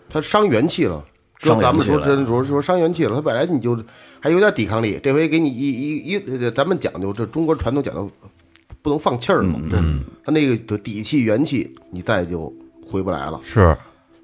Speaker 2: 他伤元气了。说
Speaker 4: 伤元
Speaker 2: 咱们
Speaker 4: 气
Speaker 2: 说
Speaker 4: 了
Speaker 2: 真说说伤元气了，他本来你就还有点抵抗力，这回给你一一一，呃咱们讲究这中国传统讲究不能放气儿嘛，嗯，他那个的底气元气，你再就回不来了，
Speaker 1: 是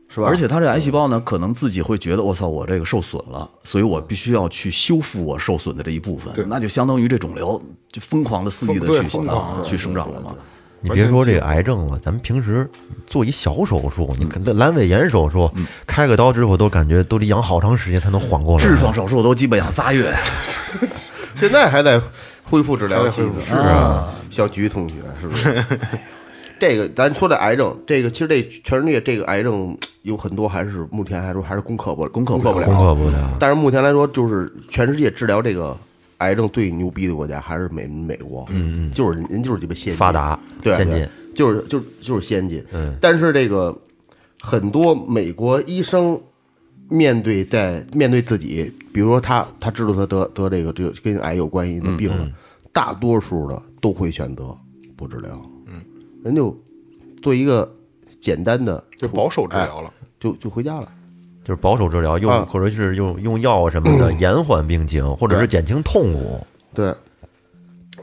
Speaker 2: 是吧？
Speaker 4: 而且它这癌细胞呢，可能自己会觉得我操，我这个受损了，所以我必须要去修复我受损的这一部分，那就相当于这肿瘤就疯狂的、肆意
Speaker 3: 疯
Speaker 4: 的
Speaker 3: 对
Speaker 4: 去
Speaker 3: 疯狂
Speaker 4: 啊去生长了嘛。
Speaker 1: 你别说这个癌症了，咱们平时做一小手术，你看这阑尾炎手术，开个刀之后都感觉都得养好长时间才能缓过来。
Speaker 4: 痔疮手术都基本养仨月，
Speaker 2: [laughs] 现在还在恢复治疗期
Speaker 3: 还在恢
Speaker 2: 呢
Speaker 3: 复，
Speaker 2: 是啊，小菊同学是不是？ [laughs] 这个咱说这癌症，这个其实这全世界这个癌症有很多还是目前来说还是攻克不
Speaker 4: 攻克不
Speaker 2: 克不
Speaker 1: 攻克不了。
Speaker 2: 但是目前来说，就是全世界治疗这个癌症最牛逼的国家还是美美国，嗯嗯，就是人人就是鸡巴先进
Speaker 1: 发达
Speaker 2: 对
Speaker 1: 先
Speaker 2: 对
Speaker 1: 进
Speaker 2: 就是就是就是先进，嗯，但是这个很多美国医生面对在面对自己，比如说他他知道他得得这个这个跟癌有关系的病了，大多数的都会选择不治疗，嗯，人就做一个简单的
Speaker 3: 就保守治疗
Speaker 4: 哎
Speaker 3: 了。
Speaker 2: 就就回家了。
Speaker 1: 就是保守治疗，用、
Speaker 2: 啊
Speaker 1: 或者是用用药啊什么的、延缓病情，或者是减轻痛苦。
Speaker 2: 对，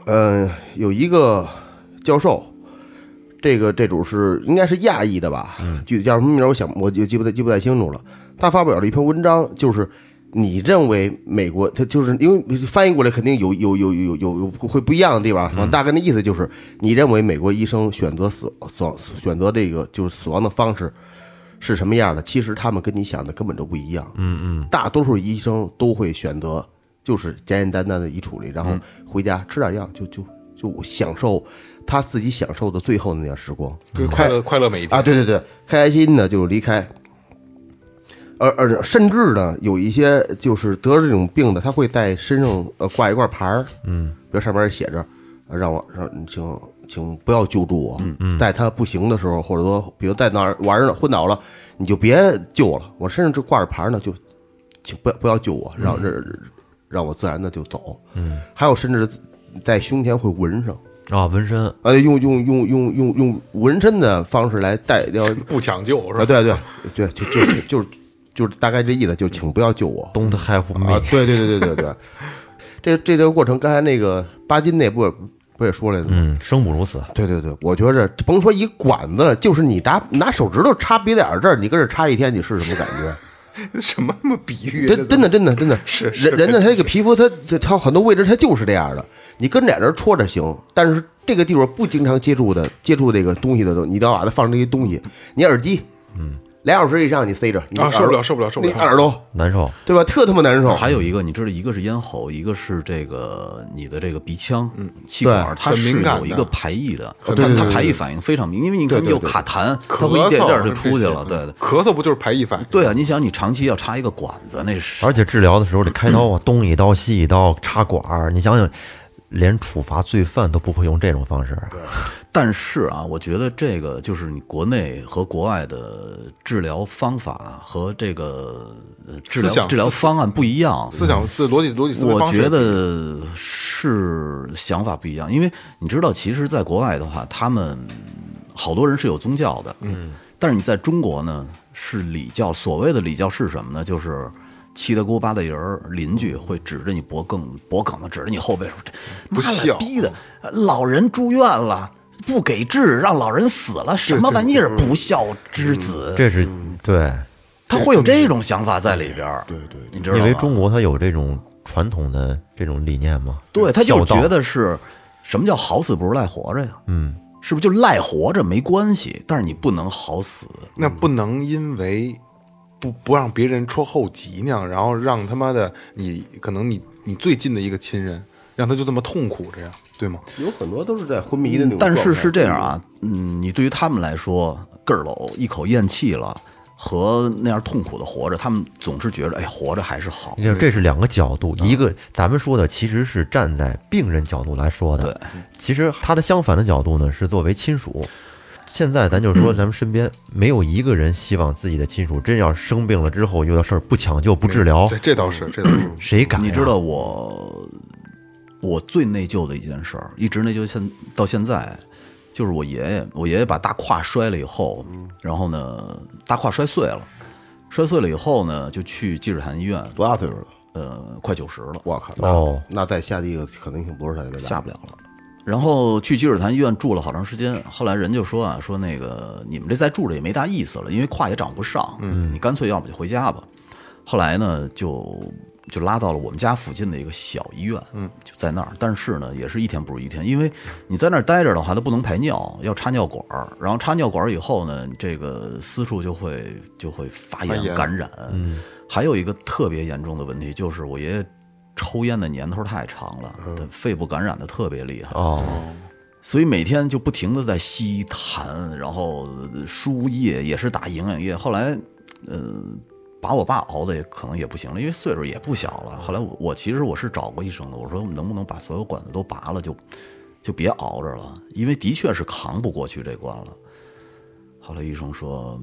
Speaker 2: 嗯、有一个教授，这个这主是应该是亚裔的吧？嗯，具体叫什么名儿我想我就记不太记不太清楚了。他发表了一篇文章，就是你认为美国，他就是因为翻译过来肯定有有有有有有会不一样的地方，大概那意思就是你认为美国医生选择死死亡选择这个就是死亡的方式。是什么样的？其实他们跟你想的根本就不一样。嗯嗯，大多数医生都会选择就是简简单单的一处理，然后回家吃点药，就就就享受他自己享受的最后那点时光
Speaker 3: 就快
Speaker 4: 嗯
Speaker 3: 乐快乐每一天
Speaker 2: 啊！对对对，开开心的就离开。而而甚至呢，有一些就是得这种病的，他会在身上呃挂一块牌儿，嗯，比如上面写着，呃让我让请请不要救助我，嗯，在他不行的时候，或者说比如在哪儿玩儿呢昏倒了，你就别救了，我身上这挂着牌儿呢，就请不要不要救我，让这让我自然的就走，嗯，还有甚至在胸前会纹上，
Speaker 1: 啊，纹身
Speaker 2: 啊，用用用用用用纹身的方式来代要啊，
Speaker 3: 不抢救是吧？
Speaker 2: 对对对，就就就就就是大概这意思，就是请不要救我
Speaker 1: ，Don't have
Speaker 2: 啊
Speaker 1: me，、，
Speaker 2: 对对对对对
Speaker 3: [laughs]
Speaker 2: 对，这这个过程，刚才那个巴金那不也不也说来了吗？
Speaker 1: 嗯，生不如死。
Speaker 2: 对对对，我觉着甭说一管子了，就是你拿拿手指头插鼻子眼儿这儿，你跟这儿插一天，你是什么感
Speaker 3: [laughs]
Speaker 2: 觉？
Speaker 3: 什么那么比喻？
Speaker 2: 真真的真的真的
Speaker 3: 是是
Speaker 2: 人人的他这个皮肤，他他他很多位置他就是这样的。你跟俩人戳着行，但是这个地方不经常接触的接触这个东西的时候，你一定要把它放这些东西。你耳机，嗯，俩小时以上你塞着，你
Speaker 3: 啊
Speaker 2: 耳
Speaker 3: 受不了受不了受不了
Speaker 2: 你耳朵
Speaker 1: 难受，
Speaker 2: 对吧？特他妈难受。
Speaker 4: 哦还有一个，你知道，一个是咽喉，一个是这个你的这个鼻腔、气管，它
Speaker 3: 很
Speaker 4: 是
Speaker 3: 敏感的
Speaker 4: 有一个排异的，它
Speaker 3: 很敏感
Speaker 4: 它排异反应非常明，因为你看
Speaker 2: 对对
Speaker 4: 有
Speaker 2: 对
Speaker 4: 卡痰，它
Speaker 3: 咳
Speaker 4: 会
Speaker 3: 嗽
Speaker 4: 一点点就出去了，对
Speaker 3: 这
Speaker 4: 对
Speaker 3: 些。咳嗽不就是排异反应？
Speaker 4: 对啊，你想你长期要插一个管子，那是
Speaker 1: 而且治疗的时候得开刀啊，东一刀西一刀，插管儿。你想想，连处罚罪犯都不会用这种方式啊。
Speaker 4: 但是啊，我觉得这个就是你国内和国外的治疗方法和这个呃治
Speaker 3: 思
Speaker 4: 疗
Speaker 3: 想
Speaker 4: 治疗方案不一样，
Speaker 3: 思想是逻辑逻辑思维
Speaker 4: 嗯我
Speaker 3: 方式
Speaker 4: 觉得是想法不一样，因为你知道，其实，在国外的话，他们好多人是有宗教的，嗯，但是你在中国呢，是礼教。所谓的礼教是什么呢？就是七大姑八大姨儿邻居会指着你脖梗脖梗子，指着你后背说：“这
Speaker 3: 不
Speaker 4: 妈了
Speaker 3: 孝
Speaker 4: 逼的，老人住院了。”不给治，让老人死了，什么玩意儿？不孝之子，
Speaker 1: 嗯这是对，
Speaker 4: 他会有这种想法在里边儿。对对，你知道吗？
Speaker 1: 因为中国它有这种传统的这种理念嘛。
Speaker 4: 对，他就
Speaker 1: 孝道
Speaker 4: 觉得是什么叫好死不如赖活着呀？嗯，是不是就赖活着没关系？但是你不能好死。
Speaker 3: 那不能因为不不让别人戳后脊梁，然后让他妈的你可能你你最近的一个亲人，让他就这么痛苦这样，对吗？
Speaker 2: 有很多都是在昏迷的
Speaker 3: 嗯
Speaker 2: 那种状
Speaker 4: 但
Speaker 2: 态，
Speaker 4: 是是这样啊，嗯，你对于他们来说，个儿搂一口咽气了。和那样痛苦的活着，他们总是觉得，哎，活着还是好
Speaker 1: 你。看，这是两个角度，
Speaker 4: 嗯
Speaker 1: 一个咱们说的其实是站在病人角度来说的，其实他的相反的角度呢是作为亲属，现在咱就说，咱们身边没有一个人希望自己的亲属真要生病了之后遇到事儿不抢救不治疗，
Speaker 3: 对，，这倒是，这倒是
Speaker 4: 嗯
Speaker 1: 谁敢？
Speaker 4: 你知道，我我最内疚的一件事儿，一直内疚现到现在，就是我爷爷，我爷爷把大胯摔了以后，
Speaker 2: 嗯
Speaker 4: 然后呢，大胯摔碎了，摔碎了以后呢，就去积水潭医院，
Speaker 2: 多大岁数了？
Speaker 4: 呃，快九十了，
Speaker 2: 我靠！
Speaker 1: 哦
Speaker 2: 那，那再下地可能性不是特别大。
Speaker 4: 下不了了。然后去积水潭医院住了好长时间，后来人就说啊，说那个你们这再住着也没大意思了，因为胯也长不上，嗯，你干脆要么就回家吧。后来呢，就就拉到了我们家附近的一个小医院，嗯，就在那儿。但是呢，也是一天不如一天，因为你在那儿待着的话，它不能排尿，要插尿管儿，然后插尿管儿以后呢，这个私处就会就会发
Speaker 3: 发
Speaker 4: 炎
Speaker 3: 炎
Speaker 4: 感染。嗯，还有一个特别严重的问题就是我爷爷。抽烟的年头太长了，他肺部感染的特别厉害，
Speaker 1: 哦，
Speaker 4: 所以每天就不停的在吸痰，然后呃输液也是打营养液。后来，呃，把我爸熬的也可能也不行了，因为岁数也不小了。后来我我其实我是找过医生的，我说能不能把所有管子都拔了，就就别熬着了，因为的确是扛不过去这关了。后来医生说，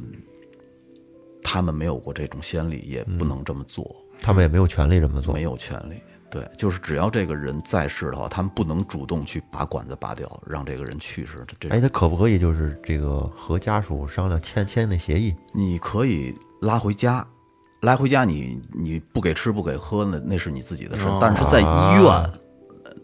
Speaker 4: 他们没有过这种先例，也不能这么做。
Speaker 1: 他们也没有权利这么做
Speaker 4: 没。有权利。对，就是只要这个人在世的话，他们不能主动去把管子拔掉，让这个人去世。这
Speaker 1: 哎，，他可不可以就是这个和家属商量签签那协议？
Speaker 4: 你可以拉回家，拉回家你你不给吃不给喝那那是你自己的事，但是在医院，呃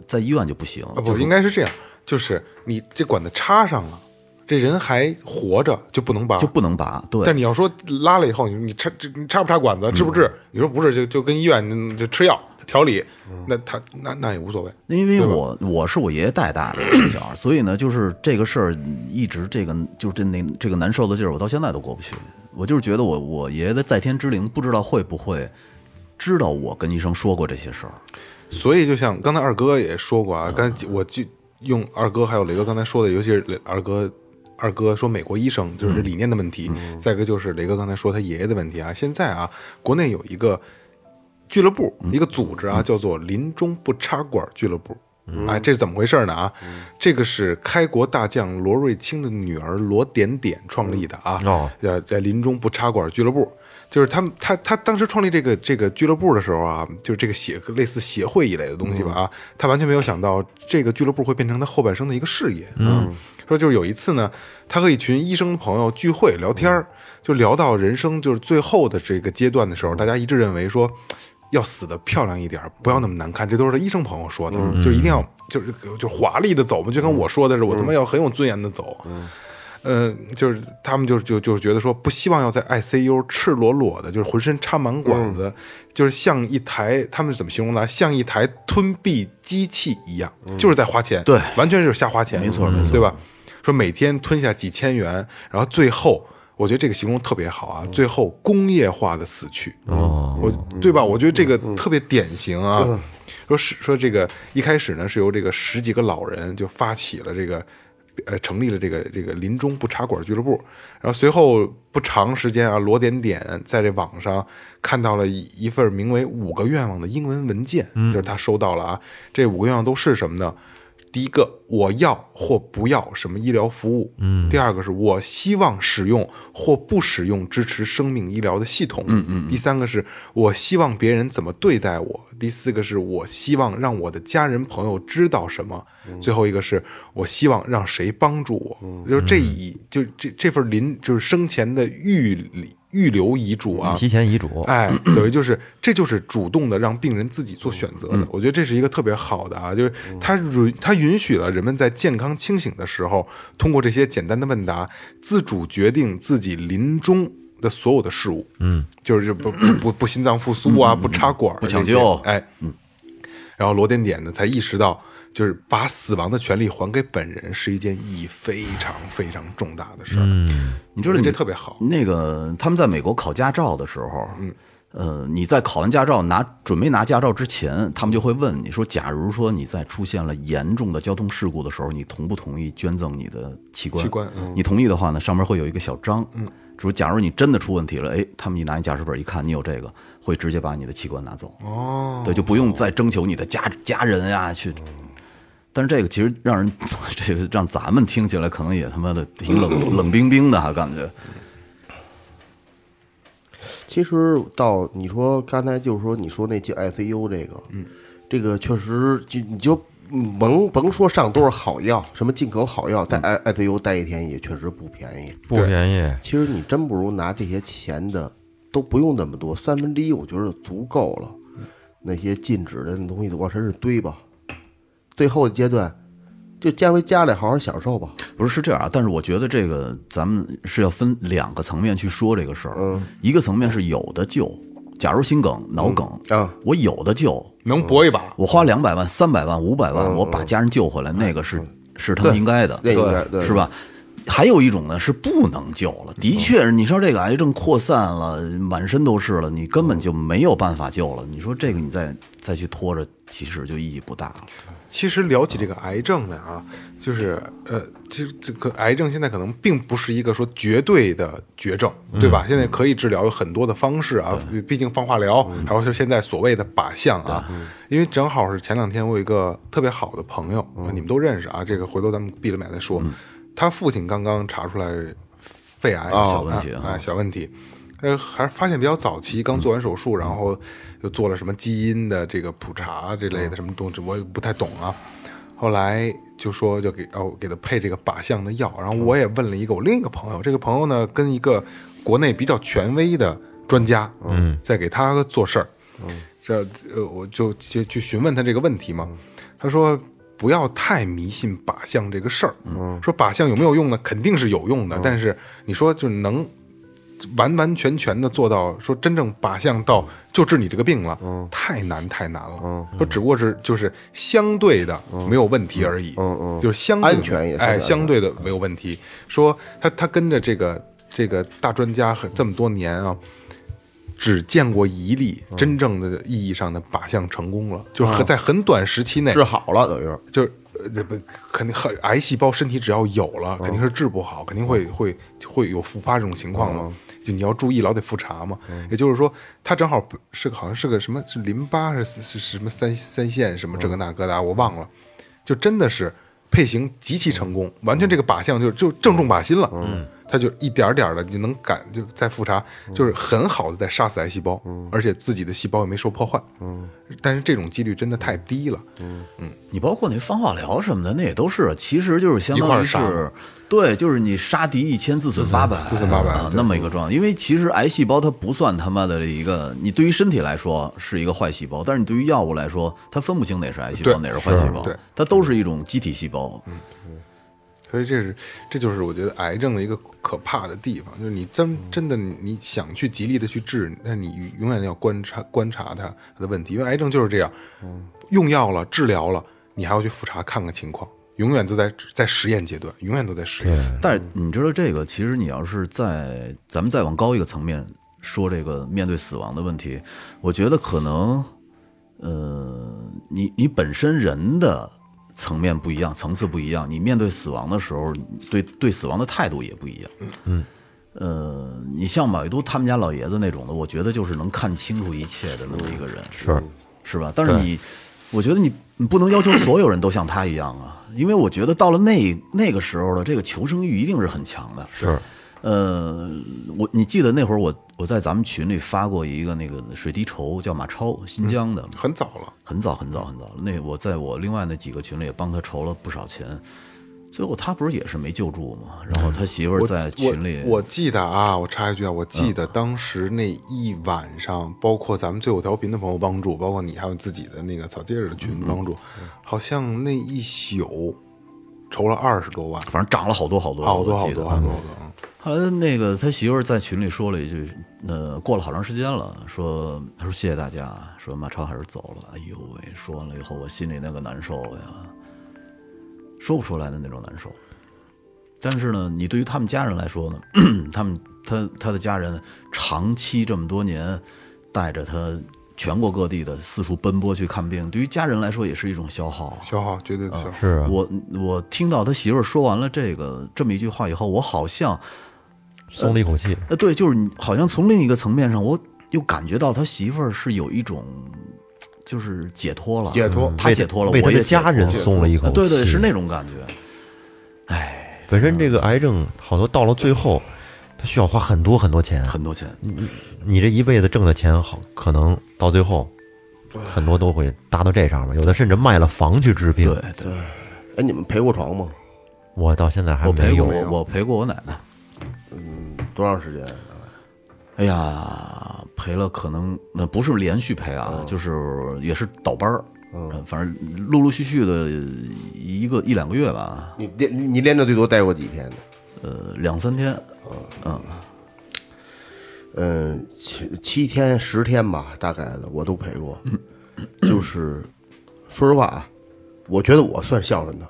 Speaker 4: 在医院就不行。
Speaker 3: 哦啊，
Speaker 4: 就
Speaker 3: 不
Speaker 4: 是
Speaker 3: 应该是这样，就是你这管子插上了，这人还活着就不能拔，
Speaker 4: 就不能拔，对
Speaker 3: 但，你要说拉了以后，你你插这你插不插管子，治不治？你说不治，就就跟医院嗯就吃药调理，那他那那也无所谓。
Speaker 4: 因为我我是我爷爷带大的从小，所以呢，就是这个事儿一直这个就是这那这个难受的劲儿，我到现在都过不去。我就是觉得我我爷爷的在天之灵不知道会不会知道我跟医生说过这些事儿，
Speaker 3: 所以就像刚才二哥也说过啊，刚才我就用二哥还有雷哥刚才说的，尤其是雷二哥。二哥说：“美国医生就是这理念的问题，再一个就是雷哥刚才说他爷爷的问题啊。现在啊，国内有一个俱乐部，一个组织啊，叫做“临终不插管俱乐部”。哎，这是怎么回事呢？啊，这个是开国大将罗瑞卿的女儿罗点点创立的啊。
Speaker 1: 哦，
Speaker 3: 呃，在临终不插管俱乐部，就是他们他他当时创立这个这个俱乐部的时候啊，就是这个协类似协会一类的东西吧啊，他完全没有想到这个俱乐部会变成他后半生的一个事业。嗯，说就是有一次呢，他和一群医生朋友聚会聊天儿，就聊到人生就是最后的这个阶段的时候，大家一致认为说。要死的漂亮一点儿，不要那么难看。这都是他医生朋友说的，就一定要就是就华丽的走嘛，就跟我说的是，我他妈要很有尊严的走。嗯，就是他们就是就就是觉得说不希望要在 ICU E 赤裸裸的，就是浑身插满管子，
Speaker 4: 嗯
Speaker 3: 就是像一台他们是怎么形容的啊？像一台吞币机器一样，就是在花钱，
Speaker 4: 嗯对
Speaker 3: 完全就是瞎花钱，嗯
Speaker 4: 没错没错
Speaker 3: 对吧？说每天吞下几千元，然后最后。我觉得这个形容特别好啊！
Speaker 4: 嗯
Speaker 3: 最后工业化的死去，
Speaker 1: 哦，
Speaker 3: 我对吧？我觉得这个特别典型啊。说是说这个一开始呢，是由这个十几个老人就发起了这个，呃，成立了这个这个临终不插管俱乐部。然后随后不长时间啊，罗点点在这网上看到了一一份名为《五个愿望》的英文文件，就是他收到了啊。这五个愿望都是什么呢？第一个，我要或不要什么医疗服务；嗯，第二个是我希望使用或不使用支持生命医疗的系统；嗯嗯，第三个是我希望别人怎么对待我；第四个是我希望让我的家人朋友知道什么；最后一个是我希望让谁帮助我。就是这一就这这份临就是生前的预理预留遗嘱啊，
Speaker 1: 提前遗嘱，
Speaker 3: 哎，等于就是这就是主动的让病人自己做选择
Speaker 4: 嗯
Speaker 3: 的，我觉得这是一个特别好的啊，就是它允它允许了人们在健康清醒的时候，通过这些简单的问答，自主决定自己临终的所有的事物，嗯，就是不不不不心脏复苏啊，不插管儿
Speaker 4: 嗯不
Speaker 3: 这
Speaker 4: 抢
Speaker 3: 些
Speaker 4: 救嗯
Speaker 3: 哎，然后罗点点呢才意识到，就是把死亡的权利还给本人是一件意义非常非常重大的事儿，
Speaker 4: 嗯你知道你
Speaker 3: 这特别好，
Speaker 4: 那个他们在美国考驾照的时候，嗯，呃，你在考完驾照拿准备拿驾照之前，他们就会问你说，假如说你在出现了严重的交通事故的时候，你同不同意捐赠你的器官？
Speaker 3: 器官嗯
Speaker 4: 你同意的话呢，上面会有一个小章，嗯，说假如你真的出问题了，哎，他们一拿你驾驶本一看，你有这个，会直接把你的器官拿走，
Speaker 3: 哦，
Speaker 4: 啊对，就不用再征求你的家家人呀、去。但是这个其实让人， [laughs] 这个让咱们听起来可能也他妈的挺冷冷冰冰的哈，感觉。
Speaker 2: 其实到你说刚才就是说你说那进 ICU 这个，嗯，这个确实就你就嗯甭甭说上多少好药，什么进口好药，在 I ICU 待一天也确实不便宜。
Speaker 1: 不便宜，
Speaker 2: 其实你真不如拿这些钱的都不用那么多，三分之一我觉得足够了。那些禁止的那东西往身上堆吧，最后的阶段就家回家里好好享受吧。
Speaker 4: 不是是这样啊，但是我觉得这个咱们是要分两个层面去说这个事儿。嗯，一个层面是有的救，假如心梗、脑梗，
Speaker 2: 啊
Speaker 4: 我有的救，
Speaker 3: 能搏一把，
Speaker 4: 我花两百万、三百万、五百
Speaker 2: 嗯
Speaker 4: 万，我把家人救回来，那个是是他们应该的，
Speaker 2: 那应该哎嗯对嗯
Speaker 4: 是吧？还有一种呢是不能救了，的确是，你说这个癌症扩散了，满身都是了，你根本就没有办法救了。你说这个你再再去拖着，其实就意义不大了。
Speaker 3: 其实聊起这个癌症来啊，就是呃，其实这个癌症现在可能并不是一个说绝对的绝症，
Speaker 4: 嗯
Speaker 3: 对吧？现在可以治疗有很多的方式啊，毕竟放化疗，
Speaker 4: 嗯
Speaker 3: 还有就是现在所谓的靶向啊。因为正好是前两天我有一个特别好的朋友，
Speaker 4: 嗯
Speaker 3: 你们都认识啊，这个回头咱们闭了麦再说。他父亲刚刚查出来肺癌，
Speaker 4: 小问题啊
Speaker 3: 哎，小问题。但是还是发现比较早期，刚做完手术，然后又做了什么基因的这个普查之类的什么东西，我也不太懂啊。后来就说就给哦给他配这个靶向的药，然后我也问了一个我另一个朋友，这个朋友呢跟一个国内比较权威的专家，嗯，在给他做事儿，嗯，这呃我就去去询问他这个问题嘛，
Speaker 2: 嗯
Speaker 3: 他说。不要太迷信靶向这个事儿。嗯，说靶向有没有用呢？肯定是有用的，
Speaker 2: 嗯
Speaker 3: 但是你说就能完完全全的做到说真正靶向到就治你这个病了，
Speaker 2: 嗯
Speaker 3: 太难太难了。说只不过是就是相对的没有问题而已，就是相对的
Speaker 2: 嗯安全也是
Speaker 3: 哎
Speaker 2: 安全
Speaker 3: 相对的没有问题。说他他跟着这个这个大专家很这么多年啊。只见过一例真正的意义上的靶向成功了，就是很在很短时期内
Speaker 2: 治好了等于
Speaker 3: 就是呃这不肯定很癌细胞身体只要有了，肯定是治不好，肯定会会会有复发这种情况嘛。就你要注意，老得复查嘛。也就是说，他正好不是个好像是个什么是淋巴是是是什么三三线什么这个那个的，我忘了。就真的是配型极其成功，完全这个靶向就就正中靶心了。嗯，他就一点儿点的，你能感就再复查，就是很好的在杀死癌细胞，而且自己的细胞也没受破坏。嗯，但是这种几率真的太低了。
Speaker 4: 你包括那放化疗什么的，那也都是，其实就是相
Speaker 3: 一
Speaker 4: 当于
Speaker 3: 块
Speaker 4: 是
Speaker 3: 儿，
Speaker 4: 对，就是你杀敌一千，自损八百，
Speaker 3: 自损八百
Speaker 4: 啊
Speaker 3: 对
Speaker 4: 那么一个状态。因为其实癌细胞它不算他妈的一个，你对于身体来说是一个坏细胞，但是你对于药物来说，它分不清哪是癌细胞，
Speaker 3: 对
Speaker 4: 哪是坏细胞
Speaker 3: 是对，嗯
Speaker 4: 它都是一种机体细胞。
Speaker 3: 所以这是，这就是我觉得癌症的一个可怕的地方，就是你真真的你想去极力的去治，但你永远要观察观察它它的问题，因为癌症就是这样，用药了治疗了，你还要去复查看看情况，永远都在在实验阶段，永远都在实验。
Speaker 4: 但是你知道这个，其实你要是在咱们再往高一个层面说这个面对死亡的问题，我觉得可能，呃，你你本身人的层面不一样，层次不一样，你面对死亡的时候，你对对死亡的态度也不一样。呃，你像马未都他们家老爷子那种的，我觉得就是能看清楚一切的那么一个人，是是吧？但是你，我觉得你你不能要求所有人都像他一样啊，因为我觉得到了那那个时候的这个求生欲一定是很强的。
Speaker 1: 是
Speaker 4: 呃，我你记得那会儿我我在咱们群里发过一个那个水滴筹，叫马超，新疆的，
Speaker 3: 很早了，
Speaker 4: 很早很早很早了。那我在我另外那几个群里也帮他筹了不少钱，最后他不是也是没救助吗？然后他媳妇儿
Speaker 3: 嗯我
Speaker 4: 在
Speaker 3: 我
Speaker 4: 群里，嗯
Speaker 3: 我记得啊，我插一句啊，我记得当时那一晚上，包括咱们最后调频的朋友帮助，包括你还有自己的那个草戒指的
Speaker 4: 嗯
Speaker 3: 群帮助，好像那一宿筹了二十多万。
Speaker 4: 反正涨了好多好多，
Speaker 3: 好多
Speaker 4: 我
Speaker 3: 好
Speaker 4: 记得
Speaker 3: 多好多好多，嗯
Speaker 4: 后来那个他媳妇儿在群里说了一句，呃，过了好长时间了，说他说谢谢大家，说马超还是走了，哎呦喂，说完了以后我心里那个难受呀，说不出来的那种难受。但是呢，你对于他们家人来说呢， [clears throat] 他们他他的家人长期这么多年带着他全国各地的四处奔波去看病，对于家人来说也是一种消耗啊。
Speaker 3: 消耗绝对的消耗。
Speaker 1: 是啊，
Speaker 4: 我我听到他媳妇儿说完了这个这么一句话以后，我好像
Speaker 1: 松了一口气，
Speaker 4: 呃，对，就是你好像从另一个层面上，我又感觉到他媳妇儿是有一种就是解脱了，嗯
Speaker 2: 解脱
Speaker 4: 他解脱了，
Speaker 1: 为
Speaker 4: 我
Speaker 1: 他
Speaker 4: 也
Speaker 1: 的
Speaker 4: 解脱
Speaker 1: 家人松了一口
Speaker 4: 啊
Speaker 1: 气。
Speaker 4: 对对，是
Speaker 3: 嗯
Speaker 4: 那种感觉。
Speaker 1: 本身这个癌症好多到了最后，他需要花很多很多钱，
Speaker 4: 很多钱，
Speaker 1: 嗯你这一辈子挣的钱好，可能到最后很多都会搭到这上面，有的甚至卖了房去治病。
Speaker 4: 对对，
Speaker 2: 哎，你们陪过床吗？
Speaker 1: 我到现在还
Speaker 4: 我陪
Speaker 1: 没
Speaker 4: 过
Speaker 1: 有，
Speaker 4: 我我陪过我奶奶，
Speaker 2: 多长时间？啊
Speaker 4: 哎呀，陪了可能那不是连续陪
Speaker 1: 嗯
Speaker 4: 啊，就是也是倒班儿，嗯，反正陆陆续续的一个一两个月吧，
Speaker 2: 你连你连着最多待过几天呢？
Speaker 4: 呃，两三天，
Speaker 2: 嗯，七七天十天吧，大概的我都陪过。就是说实话啊，我觉得我算孝顺的。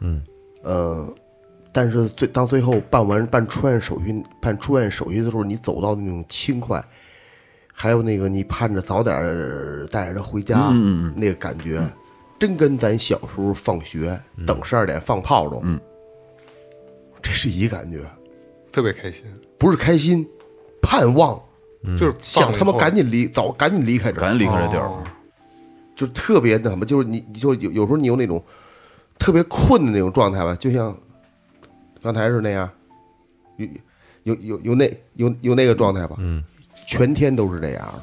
Speaker 2: 嗯，呃，但是最当最后办完办出院手续、办出院手续的时候，你走到那种轻快，还有那个你盼着早点儿带着他回家，那个感觉，真跟咱小时候放学、等十二点放炮仗，嗯，这是一感觉，
Speaker 3: 特别开心，
Speaker 2: 不是开心，盼望。
Speaker 4: 嗯
Speaker 3: 就是
Speaker 2: 想他妈赶
Speaker 3: 紧
Speaker 2: 紧离，早赶紧离开这儿，
Speaker 4: 赶紧离开这地儿。
Speaker 1: 哦
Speaker 2: 就特别那什么，就是你你就有有时候你有那种特别困的那种状态吧，就像刚才是那样，有有有有那有有那个状态吧，嗯，全天都是那样的，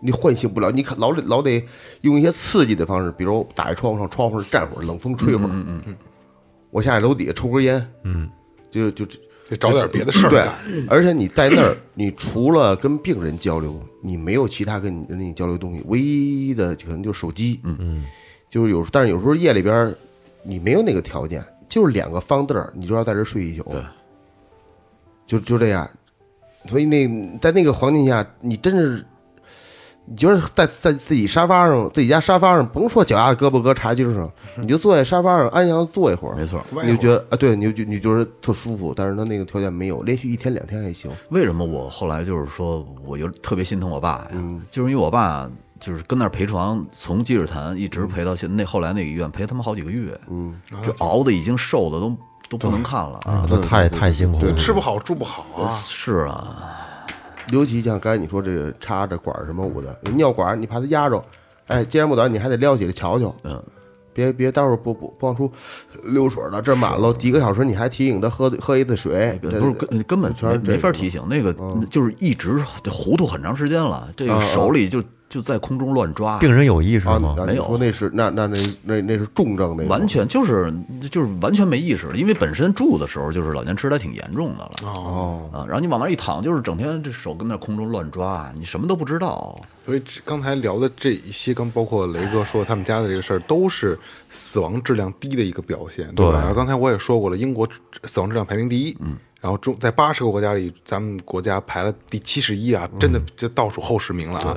Speaker 2: 你唤醒不了，你可老得老得用一些刺激的方式，比如打开窗户上，窗户上站会儿，冷风吹会儿，嗯嗯我下去楼底下抽根烟，嗯，就就
Speaker 3: 得找
Speaker 4: 嗯
Speaker 3: 点别的事儿
Speaker 2: 对
Speaker 3: 干，，
Speaker 2: 而且你在那儿，你除了跟病人交流，你没有其他跟人家交流的东西，唯一的可能就是手机。嗯嗯，就是有，但是有时候夜里边儿你没有那个条件，就是两个方凳儿，你就要在这儿睡一宿。对，就就这样，所以那在那个环境下，你真是。你觉得在在自己沙发上，自己家沙发上，甭说脚丫子、胳膊搁茶几上，你就坐在沙发上安详坐一会儿，
Speaker 4: 没错
Speaker 2: 你就觉得啊，对，你就觉你就是特舒服，但是他那个条件没有，连续一天两天还行，
Speaker 4: 为什么我后来就是说，我又特别心疼我爸呀？就是因为我爸就是跟那儿陪床，从积水潭一直陪到现那后来那个医院，陪他们好几个月，嗯，就熬的已经瘦的都都不能看了啊。
Speaker 1: 啊，那太太辛苦
Speaker 3: 对，
Speaker 4: 嗯
Speaker 1: 了。
Speaker 3: 吃不好住不好啊，
Speaker 4: 是啊，
Speaker 2: 尤其像刚才你说这个插着管儿什么捂的，尿管儿你怕它压着，哎，接然不短你还得撩起来瞧瞧，嗯，别别待会儿不不不往出溜水了，这满了几个小时你还提醒他喝喝一次水，
Speaker 4: 不是根根本
Speaker 2: 全是
Speaker 4: 没没法
Speaker 2: 这个
Speaker 4: 提醒，那个就是一直糊涂很长时间了，这个手里就就在空中乱抓，
Speaker 1: 病人有意识
Speaker 2: 啊，
Speaker 1: 吗
Speaker 2: 啊？
Speaker 4: 没
Speaker 2: 你
Speaker 4: 有
Speaker 2: 说那是那那那那那是重症那种
Speaker 4: 完全就是就是完全没意识了，因为本身住的时候就是老年痴呆挺严重的了。哦啊，然后你往那儿一躺，就是整天这手跟那空中乱抓，你什么都不知道。
Speaker 3: 所以这刚才聊的这一些，刚包括雷哥说他们家的这个事儿，都是死亡质量低的一个表现，对吧？刚才我也说过了，英国死亡质量排名第一，嗯，然后中在八十个国家里，咱们国家排了第七十一啊，真的就倒数后十名了啊。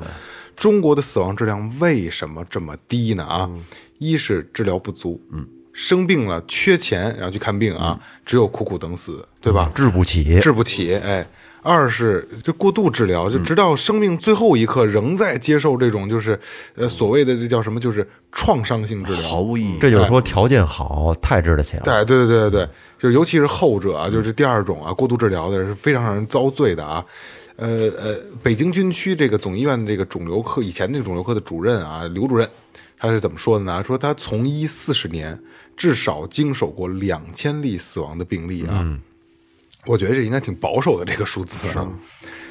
Speaker 3: 中国的死亡质量为什么这么低呢？啊，一是治疗不足，嗯，生病了缺钱，然后去看病啊，只有苦苦等死，对吧？
Speaker 1: 治不起，
Speaker 3: 治不起，哎。二是就过度治疗，就直到生命最后一刻仍在接受这种就是，呃，所谓的这叫什么，就是创伤性治疗。
Speaker 4: 毫无意义。
Speaker 1: 这就是说条件好，太治得起了。
Speaker 3: 对对对对对，就是尤其是后者啊，就是这第二种啊，过度治疗的是非常让人遭罪的啊。呃呃，北京军区这个总医院的这个肿瘤科以前那个肿瘤科的主任啊，刘主任，他是怎么说的呢？说他从医四十年，至少经手过两千例死亡的病例啊。我觉得这应该挺保守的这个数字啊。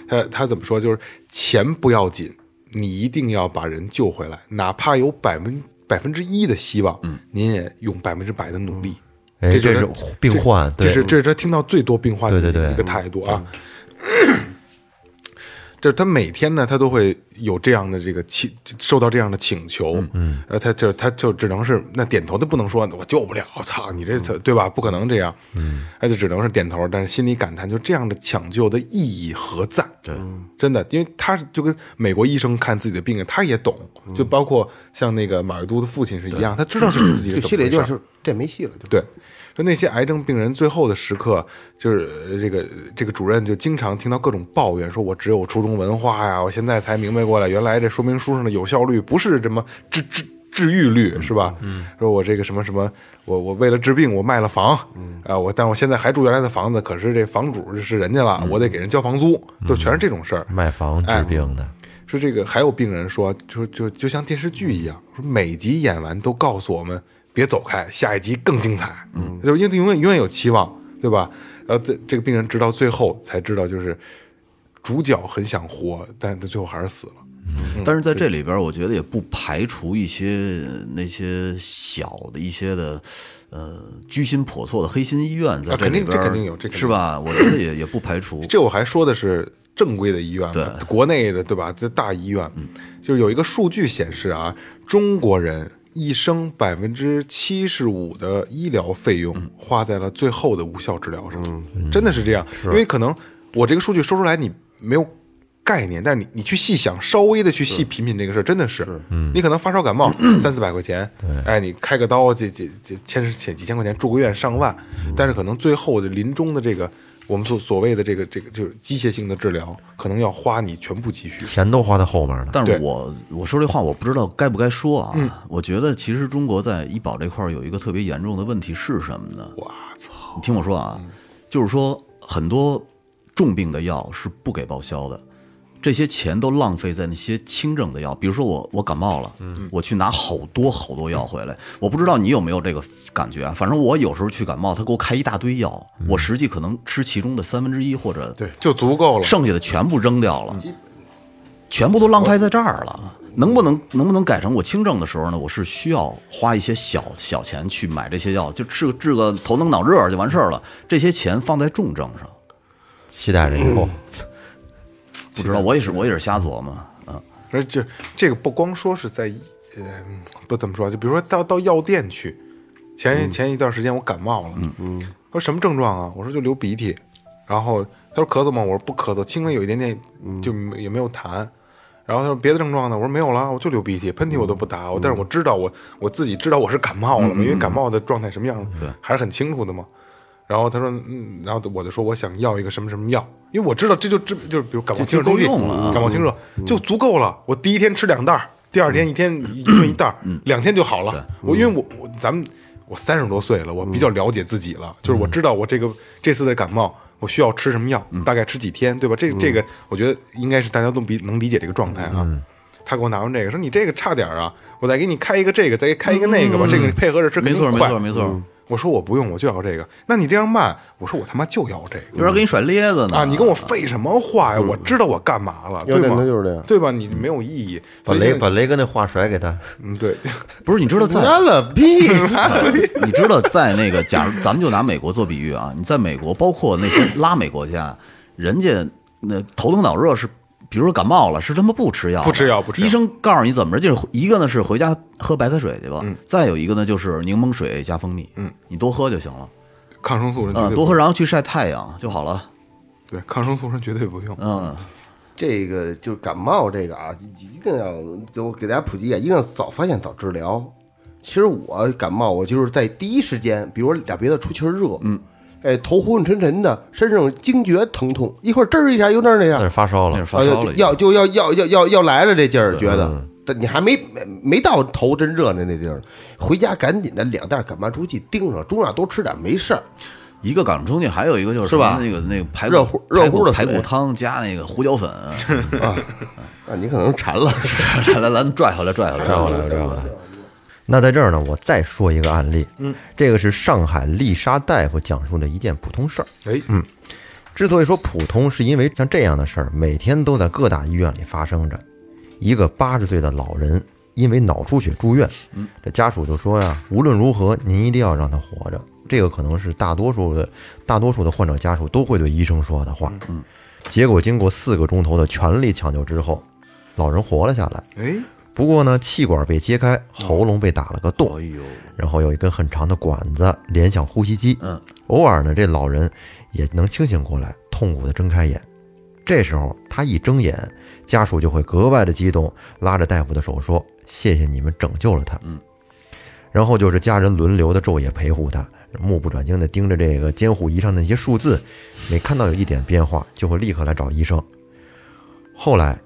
Speaker 3: 他他怎么说？就是钱不要紧，你一定要把人救回来，哪怕有百分百分之一的希望，您也用百分之百的努力。
Speaker 1: 嗯哎，
Speaker 3: 就
Speaker 1: 这
Speaker 3: 是
Speaker 1: 是
Speaker 3: 他
Speaker 1: 病患，
Speaker 3: 这
Speaker 1: 对，
Speaker 3: 是这是他听到最多病患的
Speaker 1: 对对对
Speaker 3: 一个态度啊。这他每天呢，他都会有这样的这个请，受到这样的请求，嗯，呃，他就他就只能是那点头，他不能说我救不了，操你这对吧？不可能这样，嗯，他就只能是点头，但是心里感叹，就这样的抢救的意义何在？对，真的，因为他就跟美国医生看自己的病人，他也懂，就包括像那个马尔都的父亲是一样，他知道是自己
Speaker 2: 就
Speaker 3: 的
Speaker 2: 心里就是这没戏了，就
Speaker 3: 对，说那些癌症病人最后的时刻，就是呃这个这个主任就经常听到各种抱怨，说我只有初中文化呀，我现在才明白过来，原来这说明书上的有效率不是什么治治。治愈率是吧？嗯，说我这个什么什么，我我为了治病，我卖了房，啊、我但我现在还住原来的房子，可嗯是这房主是人家了，我得给人交房租，都全是这种事儿。
Speaker 1: 卖房治病的，
Speaker 3: 说这个还有病人说，就就就像电视剧一样，说每集演完都告诉我们别走开，下一集更精彩，嗯，就是因为永远永远有期望，对吧？然后这这个病人直到最后才知道，就是主角很想活，但他最后还是死了。
Speaker 4: 但是在这里边儿，我觉得也不排除一些那些小的一些的，呃，居心叵测的黑心医院在
Speaker 3: 啊肯
Speaker 4: 里
Speaker 3: 定
Speaker 4: 边儿，
Speaker 3: 这肯定有这肯定
Speaker 4: 是吧？我觉得也也不排除。
Speaker 3: 这我还说的是正规的医院嘛，
Speaker 4: 对
Speaker 3: 国内的对嗯吧？这大医院，就是有一个数据显示啊，中国人一生百分之七十五的医疗费用花在了最后的无效治疗上，真嗯的是这样。因为可能我这个数据说出来你没有。概念，但是你你去细想，稍微的去细品品这个事儿，真的是，嗯你可能发烧感 [clears throat] 冒三四百块钱，哎，你开个刀，这这这千千几千块钱，住个院上万，但是可能最后的临终的这个我们所所谓的这个这个就是机械性的治疗，可能要花你全部积蓄。
Speaker 1: 钱都花在后面了。
Speaker 4: 但是
Speaker 3: 对嗯
Speaker 4: 我我说这话我不知道该不该说啊。我觉得其实中国在医保这块儿有一个特别严重的问题是什么呢？
Speaker 3: 我操，
Speaker 4: 你听我说啊，就是说很多重病的药是不给报销的，这些钱都浪费在那些轻症的药。比如说我我感冒了，我去拿好多好多药回来，我不知道你有没有这个感觉啊？反正我有时候去感冒，他给我开一大堆药，我实际可能吃其中的三分之一或者
Speaker 3: 对，就足够了。嗯
Speaker 4: 剩下的全部扔掉了，全部都浪费在这儿了。能不能能不能改成我轻症的时候呢？我是需要花一些小小钱去买这些药，就治治个头疼脑热就完事儿了。这些钱放在重症上，
Speaker 1: 期待着以
Speaker 3: 嗯
Speaker 1: 后，
Speaker 4: 不知道我也是我也是瞎琢磨啊。
Speaker 3: 而且这个不光说是在，呃，不怎么说，就比如说到到药店去，前、前一段时间我感冒了，嗯嗯，说什么症状啊？我说就流鼻涕，然后他说咳嗽吗？我说不咳嗽，轻微有一点点，就没也没有痰。然后他说别的症状呢？我说没有了，我就流鼻涕、喷嚏，我都不打。我但是我知道我我自己知道我是感冒了嘛，因为感冒的状态什么样还是很清楚的嘛。然后他说，嗯，然后我就说我想要一个什么什么药，因为我知道这就治就是比如感冒清热
Speaker 4: 就
Speaker 3: 东
Speaker 4: 够
Speaker 3: 西，
Speaker 4: 用了啊
Speaker 3: 感冒清热就足够了。我第一天吃两袋儿，第二天一天一顿一袋儿，两天就好了。我因为我我咱们我三十多岁了，我比较了解自己了，就是我知道我这个这次的感冒。我需要吃什么药？
Speaker 4: 嗯
Speaker 3: 大概吃几天，对吧？这这个，我觉得应该是大家都比能理解这个状态啊。
Speaker 4: 嗯
Speaker 3: 他给我拿完这个，说你这个差点儿啊，我再给你开一个这个，再开一个那个吧，这个配合着吃肯
Speaker 4: 嗯没
Speaker 3: 定
Speaker 4: 错
Speaker 3: 快。嗯
Speaker 4: 没错没错，
Speaker 3: 我说我不用，我就要这个。那你这样慢，我说我他妈就要这
Speaker 4: 有
Speaker 3: 个
Speaker 4: 人给你甩咧子呢
Speaker 3: 啊！你跟我废什么话呀？我知道我干嘛了，对
Speaker 2: 有点
Speaker 3: 吗？
Speaker 2: 他就是这样
Speaker 3: 对吧？你没有意义。
Speaker 1: 嗯把
Speaker 3: 所以
Speaker 1: 雷
Speaker 3: 现在
Speaker 1: 把雷哥那话甩给他，
Speaker 3: 嗯，对，
Speaker 4: 不是你知道在
Speaker 2: 干 [laughs] 了屁！
Speaker 4: [laughs] 你知道在那个，假如咱们就拿美国做比喻啊，你在美国，包括那些拉美国家，人家那头疼脑热是，比如说感冒了，是他妈不吃药的，
Speaker 3: 不吃药不吃药
Speaker 4: 医生告诉你怎么着，就是一个呢是回家喝白开水去吧，再有一个呢就是柠檬水加蜂蜜，嗯，你多喝就行了，
Speaker 3: 抗生素人绝
Speaker 4: 嗯，
Speaker 3: 对
Speaker 4: 多
Speaker 3: 不
Speaker 4: 喝然后去晒太阳就好了，
Speaker 3: 对抗生素人绝对不用。
Speaker 4: 嗯，
Speaker 2: 这个就是感冒这个啊，一定要我给大家普及啊，一定要早发现早治疗。其实我感冒，我就是在第一时间，比如我俩鼻子出气儿热，嗯，哎，头昏昏沉沉的，身上有惊厥疼痛，一会儿这儿一下又那儿那
Speaker 1: 那
Speaker 2: 样
Speaker 1: 是，发烧
Speaker 4: 那
Speaker 1: 了
Speaker 4: 是。发烧了已经，
Speaker 2: 哎要就要要要要要来了这劲儿，觉得，但你还没没没到头真热呢那地儿呢，回家赶紧的两袋感冒除剂盯上，中药多吃点没事儿。
Speaker 4: 一个感冒冲剂，还有一个就是
Speaker 2: 是吧
Speaker 4: 什么那个那个排骨
Speaker 2: 热乎热乎的
Speaker 4: 排骨排骨
Speaker 2: 水
Speaker 4: 汤加那个胡椒粉，
Speaker 2: 啊，你可能馋了，
Speaker 4: 来来来，拽回来拽回来，
Speaker 1: 转过来，转过来。那在这儿呢，我再说一个案例，嗯，这个是上海丽莎大夫讲述的一件普通事儿。
Speaker 3: 哎，嗯，
Speaker 1: 之所以说普通，是因为像这样的事儿每天都在各大医院里发生着。一个八十岁的老人因为脑出血住院，这家属就说呀、无论如何您一定要让他活着。这个可能是大多数的大多数的患者家属都会对医生说的话。结果经过四个钟头的全力抢救之后，老人活了下来。
Speaker 3: 哎，
Speaker 1: 不过呢，气管被揭开，喉咙被打了个洞
Speaker 4: 哎，呦，
Speaker 1: 然后有一根很长的管子连向呼吸机。
Speaker 4: 嗯，
Speaker 1: 偶尔呢，这老人也能清醒过来，痛苦地睁开眼。这时候他一睁眼，家属就会格外的激动，拉着大夫的手说：“谢谢你们拯救了他。”嗯，然后就是家人轮流的昼夜陪护他，目不转睛地盯着这个监护仪上的一些数字，每看到有一点变化，就会立刻来找医生。后来，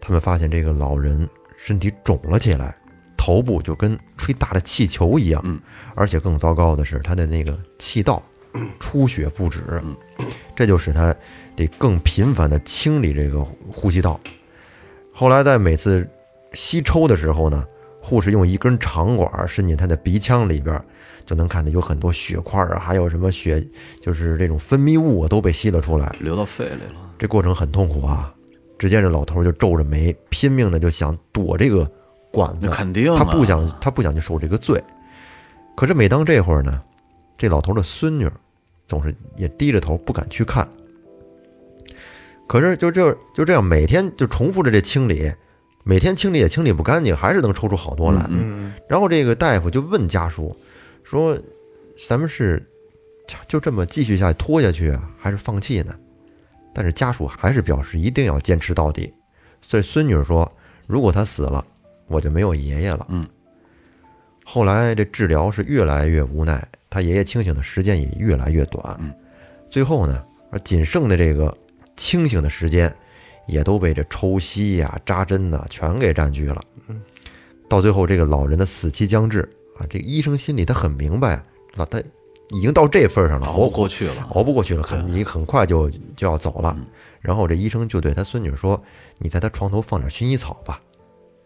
Speaker 1: 他们发现这个老人身体肿了起来，头部就跟吹大的气球一样，而且更糟糕的是，他的那个气道出血不止，这就使他得更频繁地清理这个呼吸道。后来在每次吸抽的时候呢，护士用一根长管伸进他的鼻腔里边，就能看到有很多血块啊，还有什么血，就是这种分泌物啊，都被吸了出来。
Speaker 4: 流到肺里了。
Speaker 1: 这过程很痛苦啊！只见这老头就皱着眉，拼命的就想躲这个管子，
Speaker 4: 那肯定啊
Speaker 1: 他不想，他不想去受这个罪。可是每当这会儿呢，这老头的孙女总是也低着头不敢去看。可是就这就这样，每天就重复着这清理，每天清理也清理不干净，还是能抽出好多来。然后这个大夫就问家属说：“咱们是就这么继续下去拖下去啊，还是放弃呢？”但是家属还是表示一定要坚持到底。所以孙女说：“如果他死了，我就没有爷爷了。”嗯。后来这治疗是越来越无奈，他爷爷清醒的时间也越来越短。嗯。最后呢，而仅剩的这个清醒的时间，也都被这抽吸呀、扎针呐、全给占据了。到最后，这个老人的死期将至啊，这个医生心里他很明白，老他已经到这份儿上了，
Speaker 4: 熬
Speaker 1: 我
Speaker 4: 不过去了，
Speaker 1: 熬不过去了，肯你很快就就要走了。然后这医生就对他孙女说：“你在他床头放点薰衣草吧。”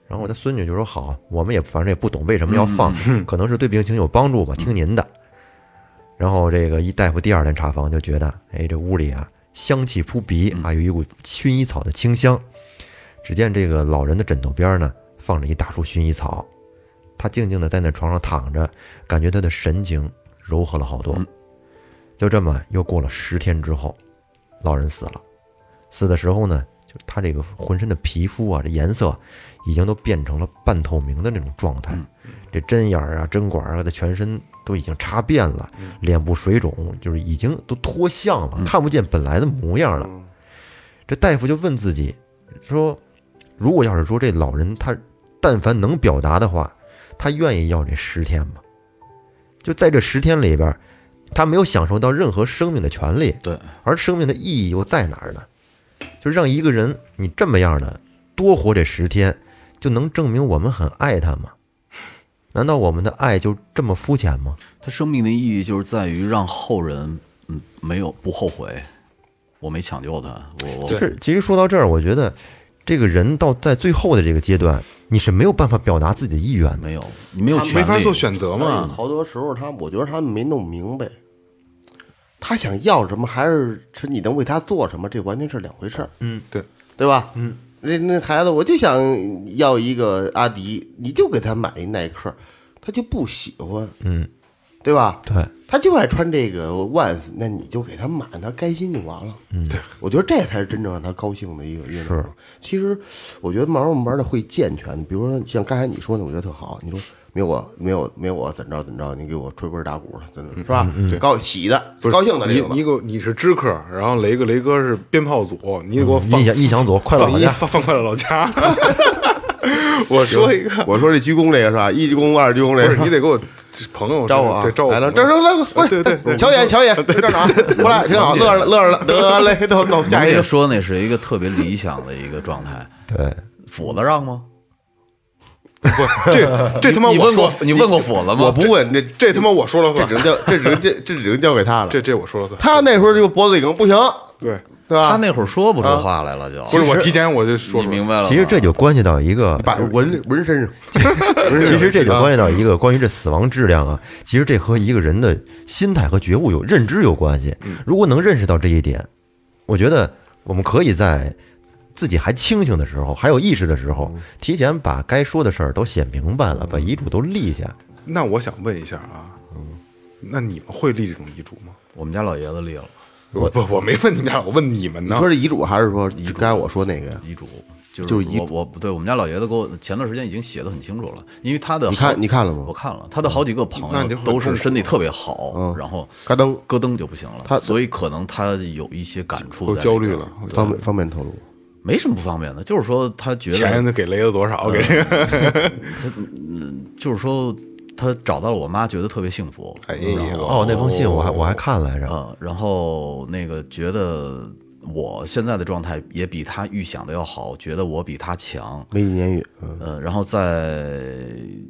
Speaker 1: 然后他孙女就说：“好，我们也反正也不懂为什么要放，可能是对病情有帮助吧，听您的。”然后这个一大夫第二天查房就觉得，哎，这屋里啊香气扑鼻啊，有一股薰衣草的清香。只见这个老人的枕头边呢放着一大束薰衣草，他静静的在那床上躺着，感觉他的神情柔和了好多。就这么又过了十天之后，老人死了。死的时候呢，就是他这个浑身的皮肤啊，这颜色已经都变成了半透明的那种状态，这针眼儿啊、针管儿啊，他全身都已经插遍了，脸部水肿，就是已经都脱相了，看不见本来的模样了。这大夫就问自己说：“如果要是说这老人他但凡能表达的话，他愿意要这十天吗？就在这十天里边，他没有享受到任何生命的权利，
Speaker 4: 对，
Speaker 1: 而生命的意义又在哪儿呢？就让一个人你这么样的多活这十天，就能证明我们很爱他吗？难道我们的爱就这么肤浅吗？
Speaker 4: 他生命的意义就是在于让后人嗯没有不后悔，我没抢救他，我我
Speaker 1: 是，其实说到这儿，我觉得这个人到在最后的这个阶段，你是没有办法表达自己的意愿的。
Speaker 4: 没有，你没有
Speaker 3: 他
Speaker 4: 权利，
Speaker 3: 没法做选择嘛。
Speaker 2: 好多时候他，我觉得他没弄明白，他想要什么，还是是你能为他做什么，这完全是两回事儿，
Speaker 3: 嗯，对，
Speaker 2: 对吧？嗯，那那孩子，我就想要一个阿迪，你就给他买一耐克，他就不喜欢，嗯，对吧？
Speaker 1: 对，
Speaker 2: 他就爱穿这个 Vans，那你就给他买，他开心就完了。嗯，对，我觉得这才是真正让他高兴的一个运动。是，其实我觉得慢慢慢慢的会健全，比如说像刚才你说的，我觉得特好。你说没有我，没有没有我怎么着怎么着，你给我吹波打鼓了，真的是吧？高喜的，
Speaker 3: 嗯不是
Speaker 2: 高兴的
Speaker 3: 你
Speaker 2: 这种
Speaker 3: 你
Speaker 2: 的。
Speaker 3: 给我你是知客，然后雷哥雷哥是鞭炮组，你给我
Speaker 1: 嗯
Speaker 3: 放
Speaker 1: 你想，你想走，快乐
Speaker 3: 放
Speaker 1: 老家，
Speaker 3: 放放快乐老家。我说一个，
Speaker 2: 我说这鞠躬这个是吧？一鞠躬，二鞠躬
Speaker 3: 不
Speaker 2: 这
Speaker 3: 是
Speaker 2: 个
Speaker 3: 你得给我朋友
Speaker 2: [laughs] 招我啊
Speaker 3: 得，招我，
Speaker 2: 来了，招招来，过来，
Speaker 3: 对对对
Speaker 2: 瞧一眼，瞧一眼，这儿呢啊，过来，
Speaker 3: [laughs]
Speaker 2: 挺好，乐了乐了，得嘞，都都
Speaker 4: 我
Speaker 2: 下一
Speaker 4: 也
Speaker 2: 个。
Speaker 4: 说那是一个特别理想的一个状态，
Speaker 1: 对，
Speaker 4: 斧子让吗？
Speaker 3: 不这这他妈
Speaker 4: 你
Speaker 3: 我
Speaker 4: 问
Speaker 3: 说
Speaker 4: 过，你问过斧子吗？
Speaker 2: 我不问，这
Speaker 3: 这他妈我说了
Speaker 2: 这
Speaker 3: 算
Speaker 2: 只，能交，这只能这这只能交给他了。
Speaker 3: 这这我说了算。
Speaker 2: 他那时候就脖子一梗，不行，
Speaker 3: 对，
Speaker 2: 对吧？
Speaker 4: 他那会儿说不出话来了就，
Speaker 3: 不是我提前我就说
Speaker 4: 你
Speaker 3: 了，
Speaker 4: 明白了吗？
Speaker 1: 其实这就关系到一个
Speaker 2: 把纹纹身上，
Speaker 1: [laughs] 其实这就
Speaker 2: 啊
Speaker 1: 关系到一个关于这死亡质量啊，其实这和一个人的心态和觉悟有认知有关系。
Speaker 2: 嗯
Speaker 1: 如果能认识到这一点，我觉得我们可以在自己还清醒的时候，还有意识的时
Speaker 2: 嗯
Speaker 1: 候，提前把该说的事儿都写明白了，把遗嘱都立下。
Speaker 3: 那我想问一下啊，
Speaker 2: 嗯
Speaker 3: 那你们会立这种遗嘱吗？
Speaker 4: 我们家老爷子立了
Speaker 3: 我不，我没问你们俩，我问你们
Speaker 2: 你
Speaker 3: 呢。
Speaker 2: 说是遗嘱还是说刚才我说那个呀？
Speaker 4: 遗嘱，就是
Speaker 2: 就是遗
Speaker 4: 我我对我们家老爷子给我前段时间已经写的很清楚了，因为他的
Speaker 2: 你看
Speaker 4: 好
Speaker 2: 你看了吗
Speaker 4: 我看了，他的好几个
Speaker 3: 那
Speaker 4: 朋
Speaker 3: 你
Speaker 4: 友
Speaker 3: 就很
Speaker 4: 都
Speaker 3: 痛
Speaker 4: 是
Speaker 3: 苦
Speaker 4: 身体特别好，然后
Speaker 2: 嘎噔
Speaker 4: 咯噔就不行了，所以可能他有一些感触
Speaker 3: 我
Speaker 4: 在里边，
Speaker 3: 焦虑了，
Speaker 2: 方便方便透露？
Speaker 4: 没什么不方便的，就是说他觉
Speaker 3: 钱
Speaker 4: 得，
Speaker 3: 得给雷了多
Speaker 2: 嗯
Speaker 3: 少？给这个
Speaker 4: 就是说他找到了我妈，觉得特别幸福，
Speaker 3: 哎
Speaker 2: 嗯
Speaker 4: 然后
Speaker 1: [laughs] 哦，那封信我还我还看来
Speaker 2: 啊
Speaker 1: 着，
Speaker 4: 嗯，然后那个觉得我现在的状态也比他预想的要好，觉得我比他强。
Speaker 2: 微言言语，嗯，
Speaker 4: 呃，然后在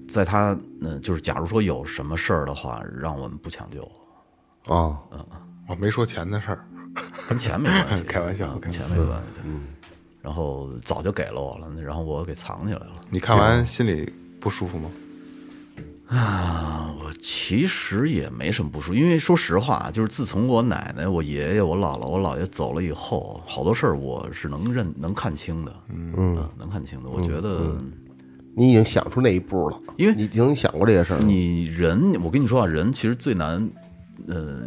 Speaker 4: 在他嗯、就是假如说有什么事儿的话，让我们不抢救，
Speaker 2: 哦，
Speaker 3: 我没说钱的事儿，
Speaker 4: 跟钱没关系
Speaker 3: [laughs] ，开玩笑
Speaker 4: 嗯
Speaker 3: 开
Speaker 4: 跟
Speaker 3: 玩
Speaker 4: 钱没关系。嗯，然后早就给了我了，然后我给藏起来了。
Speaker 3: 你看完心里不舒服吗？
Speaker 4: 我其实也没什么不舒服，因为说实话，啊就是自从我奶奶、我爷爷、我姥姥、我姥爷走了以后，好多事儿我是能认、能看清的，嗯、能看清的。我
Speaker 3: 嗯
Speaker 4: 觉得
Speaker 2: 你已经想出那一步了，
Speaker 4: 因为
Speaker 2: 你已经想过这些事儿了。
Speaker 4: 你人，我跟你说啊，人其实最难，呃，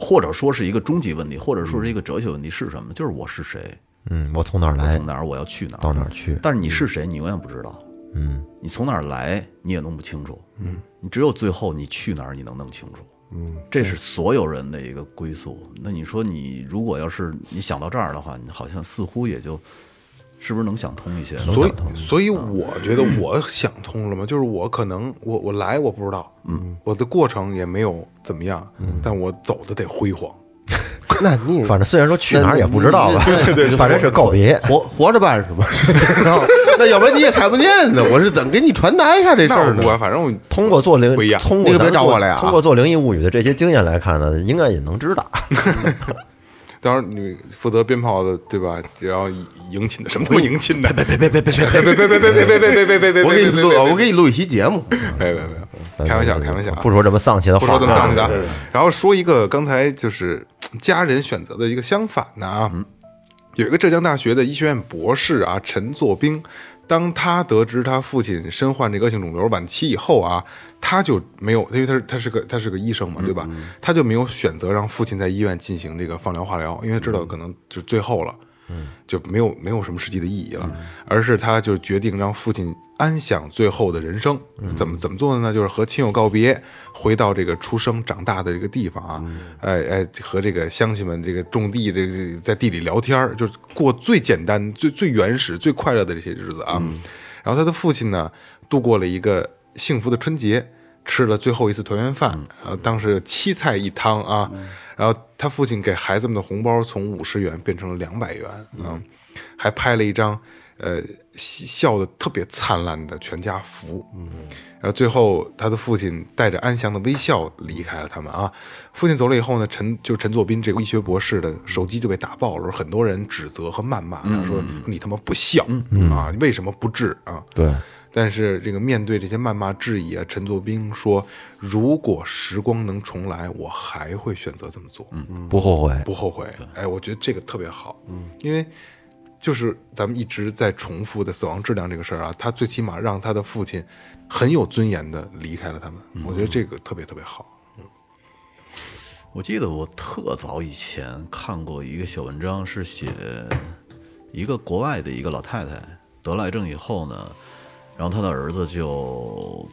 Speaker 4: 或者说是一个终极问题，或者说是一个哲学问题是什么？就是我是谁，
Speaker 1: 嗯，我从哪儿
Speaker 4: 我
Speaker 1: 来
Speaker 4: 从，哪儿，我要去哪儿，
Speaker 1: 到哪儿去？
Speaker 4: 但是你是谁，你永远不知道。
Speaker 1: 嗯，
Speaker 4: 你从哪儿来，你也弄不清楚。嗯，你只有最后你去哪儿，你能弄清楚。嗯，这是所有人的一个归宿。那你说你如果要是你想到这儿的话，你好像似乎也就是不是能想通一些？
Speaker 3: 所以，所以我觉得我想通了嘛，就是我可能我我来我不知道，嗯，我的过程也没有怎么样，
Speaker 2: 嗯
Speaker 3: 但我走的得辉煌。
Speaker 2: 那你也
Speaker 1: 反正虽然说去哪儿也不知道吧，
Speaker 2: 嗯
Speaker 1: 对对，反正是告别。
Speaker 2: 活活着办是 [laughs] 吧？那要不然你也看不见呢。我是怎么给你传达一下这事
Speaker 3: 那
Speaker 2: 儿
Speaker 3: 我不
Speaker 2: 呢？
Speaker 3: 管，反正我
Speaker 1: 通过做灵
Speaker 3: 不一，样
Speaker 1: 通过
Speaker 2: 那个别
Speaker 1: 咱
Speaker 2: 找
Speaker 1: 做
Speaker 2: 我来啊
Speaker 1: 通过做灵异物语的这些经验来看呢，应该也能知道。
Speaker 3: 当然你负责鞭炮的对吧？然后迎亲的什么都迎亲的，别别
Speaker 4: 别别别别
Speaker 3: 别
Speaker 4: 别，
Speaker 3: 别别别别别别别别别，
Speaker 2: [laughs] 我给你录，我
Speaker 3: 没
Speaker 2: 给你录一期节目。
Speaker 3: 没没，开玩笑开玩笑，
Speaker 1: 哎
Speaker 3: 啊
Speaker 1: 不说这么丧气的
Speaker 3: 不
Speaker 1: 话，
Speaker 3: 说这么丧气的啊
Speaker 1: 啊。
Speaker 3: 然后说一个刚才就是嘖家人选择的一个相反的啊，有一个浙江大学的医学院博士啊陈作兵，当他得知他父亲身患这个恶性肿瘤晚期以后啊，他就没有，因为他是他是个他是个医生嘛，对吧？他就没有选择让父亲在医院进行这个放疗化疗，因为知道可能就最后了。就没有没有什么实际的意义了，而是他就决定让父亲安享最后的人生。怎么怎么做的呢？就是和亲友告别，回到这个出生长大的这个地方啊，哎哎，和这个乡亲们这个种地这个在地里聊天儿，就是过最简单、最最原始、最快乐的这些日子啊。然后他的父亲呢，度过了一个幸福的春节，吃了最后一次团圆饭，呃，当时有七菜一汤啊。然后他父亲给孩子们的红包从五十元变成了两百元，嗯，还拍了一张，呃，嬉笑的特别灿烂的全家福，嗯，然后最后他的父亲带着安详的微笑离开了他们啊。父亲走了以后呢，陈就陈作斌这个医学博士的手机就被打爆了，很多人指责和谩骂他，说你他妈不孝啊，你为什么不治啊？
Speaker 1: 对，
Speaker 3: 但是这个面对这些谩骂质疑啊，陈作斌说：“如果时光能重来，我还会选择这么做，
Speaker 1: 嗯不后悔。
Speaker 3: 不后悔。”哎，我觉得这个特别好，因为就是咱们一直在重复的死亡质量这个事儿啊，他最起码让他的父亲很有尊严的离开了他们，我觉得这个特别特别好。
Speaker 4: 我记得我特早以前看过一个小文章，是写一个国外的一个老太太得了癌症以后呢，然后她的儿子就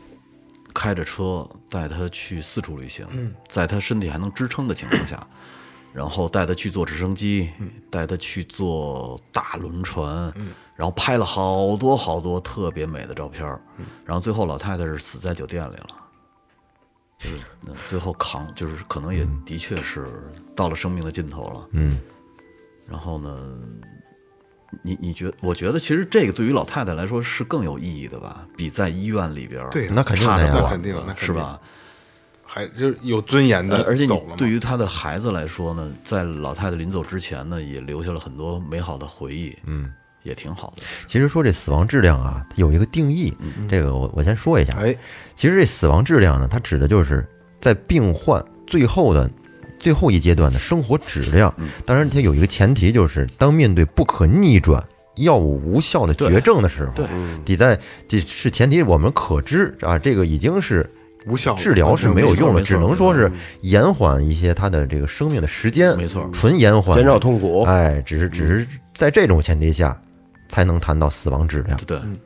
Speaker 4: 开着车带她去四处旅行，在她身体还能支撑的情况下，然后带她去坐直升机，带她去坐大轮船，然后拍了好多好多特别美的照片儿，然后最后老太太是死在酒店里了。就是那最后扛，就是可能也的确是到了生命的尽头了。
Speaker 1: 嗯，
Speaker 4: 然后呢，你你觉我觉得其实这个对于老太太来说是更有意义的吧，比在医院里边儿
Speaker 3: 对呀
Speaker 1: 那肯定
Speaker 4: 差
Speaker 1: 的
Speaker 4: 着
Speaker 1: 呀
Speaker 4: 多
Speaker 3: 那肯定那肯定
Speaker 4: 啊嗯是吧？
Speaker 3: 还就是有尊严的
Speaker 4: 呃，而且你
Speaker 3: 走了嘛
Speaker 4: 对于他的孩子来说呢，在老太太临走之前呢，也留下了很多美好的回忆，嗯，也挺好的。
Speaker 1: 其实说这死亡质量啊，它有一个定义，这个我我先说一下。
Speaker 3: 嗯哎，
Speaker 1: 其实这死亡质量呢，它指的就是在病患最后的最后一阶段的生活质量。
Speaker 3: 嗯
Speaker 1: 当然，它有一个前提，就是当面对不可逆转、药物无效的绝症的时候
Speaker 4: 对，
Speaker 3: 嗯
Speaker 1: 得在这是前提，我们可知啊，这个已经是
Speaker 3: 无效
Speaker 1: 治疗是没有用的，
Speaker 4: 哦没错
Speaker 1: 只
Speaker 4: 没错嗯
Speaker 1: 能说是延缓一些他的这个生命的时间，
Speaker 4: 没错
Speaker 1: 纯延缓，
Speaker 2: 减少痛苦
Speaker 1: 哎，只是只是在这种前提下，才能谈到死亡质量。
Speaker 4: 对，
Speaker 3: 嗯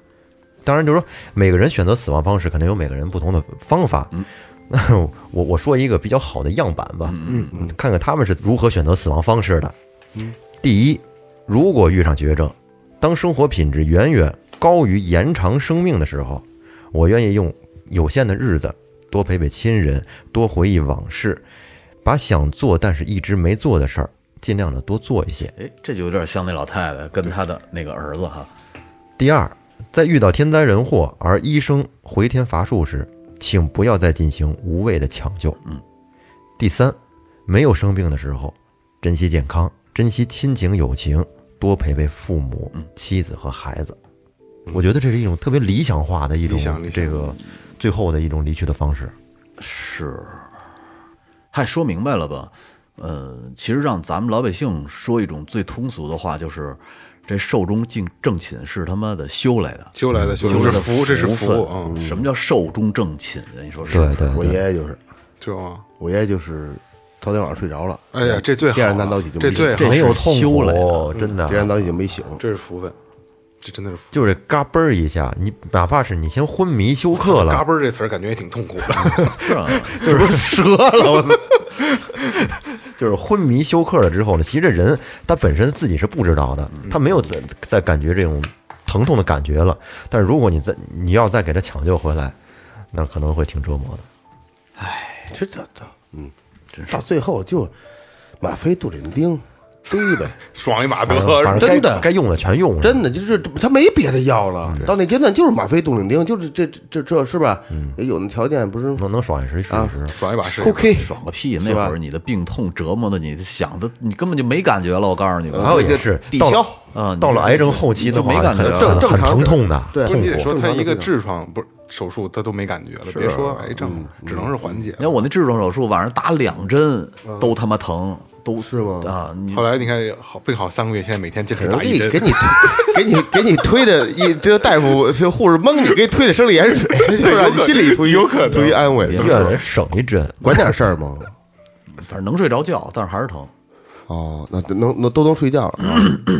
Speaker 1: 当然，就是说每个人选择死亡方式，肯定有每个人不同的方法。那 [laughs] 我我说一个比较好的样板吧，嗯，看看他们是如何选择死亡方式的。第一，如果遇上绝症，当生活品质远远高于延长生命的时候，我愿意用有限的日子多陪陪亲人，多回忆往事，把想做但是一直没做的事儿，尽量的多做一些。
Speaker 4: 哎，这就有点像那老太太跟她的那个儿子哈，
Speaker 1: 第二，在遇到天灾人祸而医生回天乏术时，请不要再进行无谓的抢救。嗯。第三，没有生病的时候，珍惜健康，珍惜亲情友情，多陪陪父母、
Speaker 3: 嗯
Speaker 1: 妻子和孩子。我觉得这是一种特别理想化的一种
Speaker 3: 理想理想
Speaker 1: 这个最后的一种离去的方式。
Speaker 4: 是，嗨，说明白了吧？呃，其实让咱们老百姓说一种最通俗的话，就是这寿终正正寝是他妈的修来的，
Speaker 3: 修来的修来的
Speaker 4: 来
Speaker 3: 这
Speaker 4: 的
Speaker 3: 是福这是
Speaker 4: 福分
Speaker 3: 福嗯
Speaker 4: 什么叫寿终正寝？啊你说是？
Speaker 1: 对对
Speaker 2: 我爷爷就是，
Speaker 3: 知道吗？
Speaker 2: 我爷爷就是头天晚上睡着了，
Speaker 3: 哎呀，这最好
Speaker 2: 第
Speaker 3: 啊，
Speaker 2: 二天早起就
Speaker 3: 这
Speaker 2: 没醒
Speaker 3: 最
Speaker 4: 这
Speaker 3: 好，
Speaker 1: 没有
Speaker 4: 是
Speaker 1: 痛
Speaker 4: 修来
Speaker 1: 苦，真的
Speaker 2: 第二天早起就没醒，
Speaker 3: 啊这是福分，这真的是福。
Speaker 1: 就是嘎嘣儿一下，你哪怕是你先昏迷休克
Speaker 3: 嘎
Speaker 1: 了，
Speaker 3: 嘣儿这词儿感觉也挺痛苦的，
Speaker 4: 是啊，
Speaker 1: 就是折了，我操！ [laughs] 就是昏迷休克了之后呢，其实这人他本身自己是不知道的，他没有在在感觉这种疼痛的感觉了。但是如果你再你要再给他抢救回来，那可能会挺折磨的。
Speaker 2: 其实这这，嗯，到最后就吗啡、杜冷丁，堆呗，
Speaker 3: [laughs] 爽一把得
Speaker 1: 反正反
Speaker 3: 了。
Speaker 1: 正
Speaker 2: 真
Speaker 1: 该
Speaker 2: 的
Speaker 1: 该用的全用上，
Speaker 2: 真的就是他没别的药了，到那阶段就是吗啡、杜冷丁，就是这这这这是吧？也有那条件不是
Speaker 1: 能能爽一时是一时。
Speaker 3: 爽一把是一把
Speaker 2: OK，
Speaker 4: 爽个屁！那
Speaker 2: 是吧
Speaker 4: 会儿你的病痛折磨的你，想的你根本就没感觉了。我告诉你
Speaker 1: 还
Speaker 4: 吧，
Speaker 1: 有也是
Speaker 2: 抵
Speaker 1: 到了
Speaker 2: 消
Speaker 4: 啊你
Speaker 1: 到了癌症后期的
Speaker 4: 你就
Speaker 1: 话，
Speaker 4: 没感觉
Speaker 1: 很
Speaker 4: 了
Speaker 1: 很
Speaker 2: 正
Speaker 1: 很
Speaker 2: 常
Speaker 1: 疼痛的，
Speaker 2: 对
Speaker 1: 痛
Speaker 3: 不是你得
Speaker 1: 苦。
Speaker 3: 说他一个
Speaker 2: 正常的
Speaker 3: 痔疮不是手术，他都没感觉了，别说癌症，只能是缓解
Speaker 4: 你。看我那痔疮手术，晚上打两针都他妈疼，都
Speaker 2: 是吗
Speaker 4: 啊，你
Speaker 3: 后来你看好病好三个月，现在每天坚持
Speaker 2: 可能
Speaker 3: 打
Speaker 2: 给
Speaker 3: 一
Speaker 2: 你
Speaker 3: 针
Speaker 2: 给。你给你给你推的一这大夫这护士蒙你，给你推的生理盐水，就让你心里图一有可图一安慰，
Speaker 1: 医院人省一针，
Speaker 2: 管点事儿吗？
Speaker 4: 反正能睡着觉，但是还是疼，
Speaker 2: 哦，那能那都能睡觉了，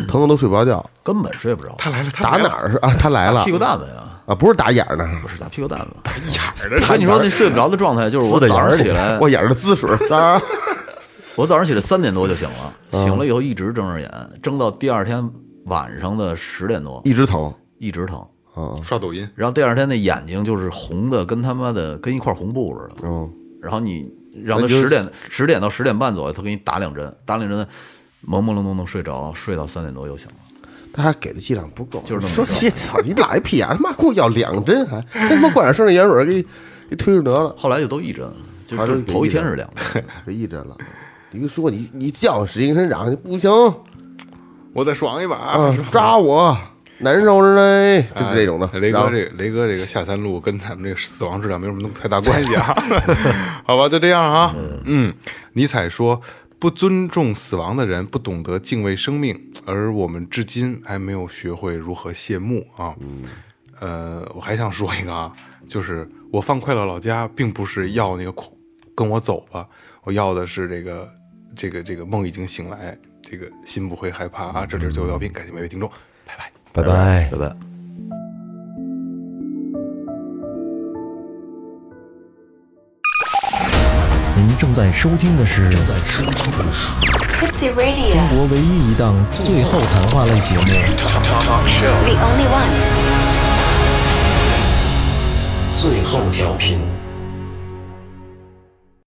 Speaker 2: 疼的都睡不着觉。
Speaker 4: 根本睡不着。
Speaker 3: 他来了，他
Speaker 2: 打哪儿是啊？他来了，
Speaker 4: 屁股蛋子呀，
Speaker 2: 啊，不是打眼儿呢，
Speaker 4: 不是打屁股蛋子。
Speaker 3: 哪儿的？
Speaker 4: 我跟你说，那睡不着的状态就是我
Speaker 1: 敷在
Speaker 4: 早上
Speaker 1: 眼儿里
Speaker 4: 起来，
Speaker 2: 我眼儿的滋水啊，
Speaker 4: 我早上起来三点多就醒了，醒了以后一直睁着眼，睁到第二天晚上的十点多，
Speaker 2: 一直疼
Speaker 4: 一直疼。
Speaker 2: 啊，
Speaker 3: 刷抖音，
Speaker 4: 然后第二天那眼睛就是红的，跟他妈的跟一块红布似的。
Speaker 2: 嗯，
Speaker 4: 然后你让他
Speaker 2: 那就
Speaker 4: 十点十点到十点半左右，他给你打两针，打两针，朦朦胧胧能睡着，睡到三点多又醒了。
Speaker 2: 他还给的剂量不够，
Speaker 4: 就是这么
Speaker 2: 说
Speaker 4: 着
Speaker 2: 这操你打一屁眼儿，他妈给我要两针还，他妈灌点生理盐水给给推着得了，
Speaker 4: 后来就都一针，就
Speaker 2: 还
Speaker 4: 就是头一天是两针，
Speaker 2: 给一针了。你一说你你叫我史金生长不行
Speaker 3: 我再爽一把。
Speaker 2: 啊，扎我难受着呢，就是这种的。
Speaker 3: 哎雷
Speaker 2: 然
Speaker 3: 哥
Speaker 2: 后
Speaker 3: 这雷哥这个下三路跟咱们这个死亡质量没有什么太大关系啊， [laughs] 好吧，就这样啊。嗯，尼采说，不尊重死亡的人不懂得敬畏生命，而我们至今还没有学会如何谢幕啊。
Speaker 2: 嗯
Speaker 3: 呃，我还想说一个啊，就是我放快乐老家，并不是要那个快跟我走吧，我要的是这个这个这个梦已经醒来，这个心不会害怕啊。这里是最后调频，感谢每位听众，拜拜。
Speaker 1: 拜拜。
Speaker 4: 对不对？
Speaker 5: 您正在收听的是正在收听
Speaker 6: Tipsy Radio,
Speaker 5: 中国唯一一档最后谈话类节目
Speaker 6: the only one.
Speaker 5: 《最后调频》。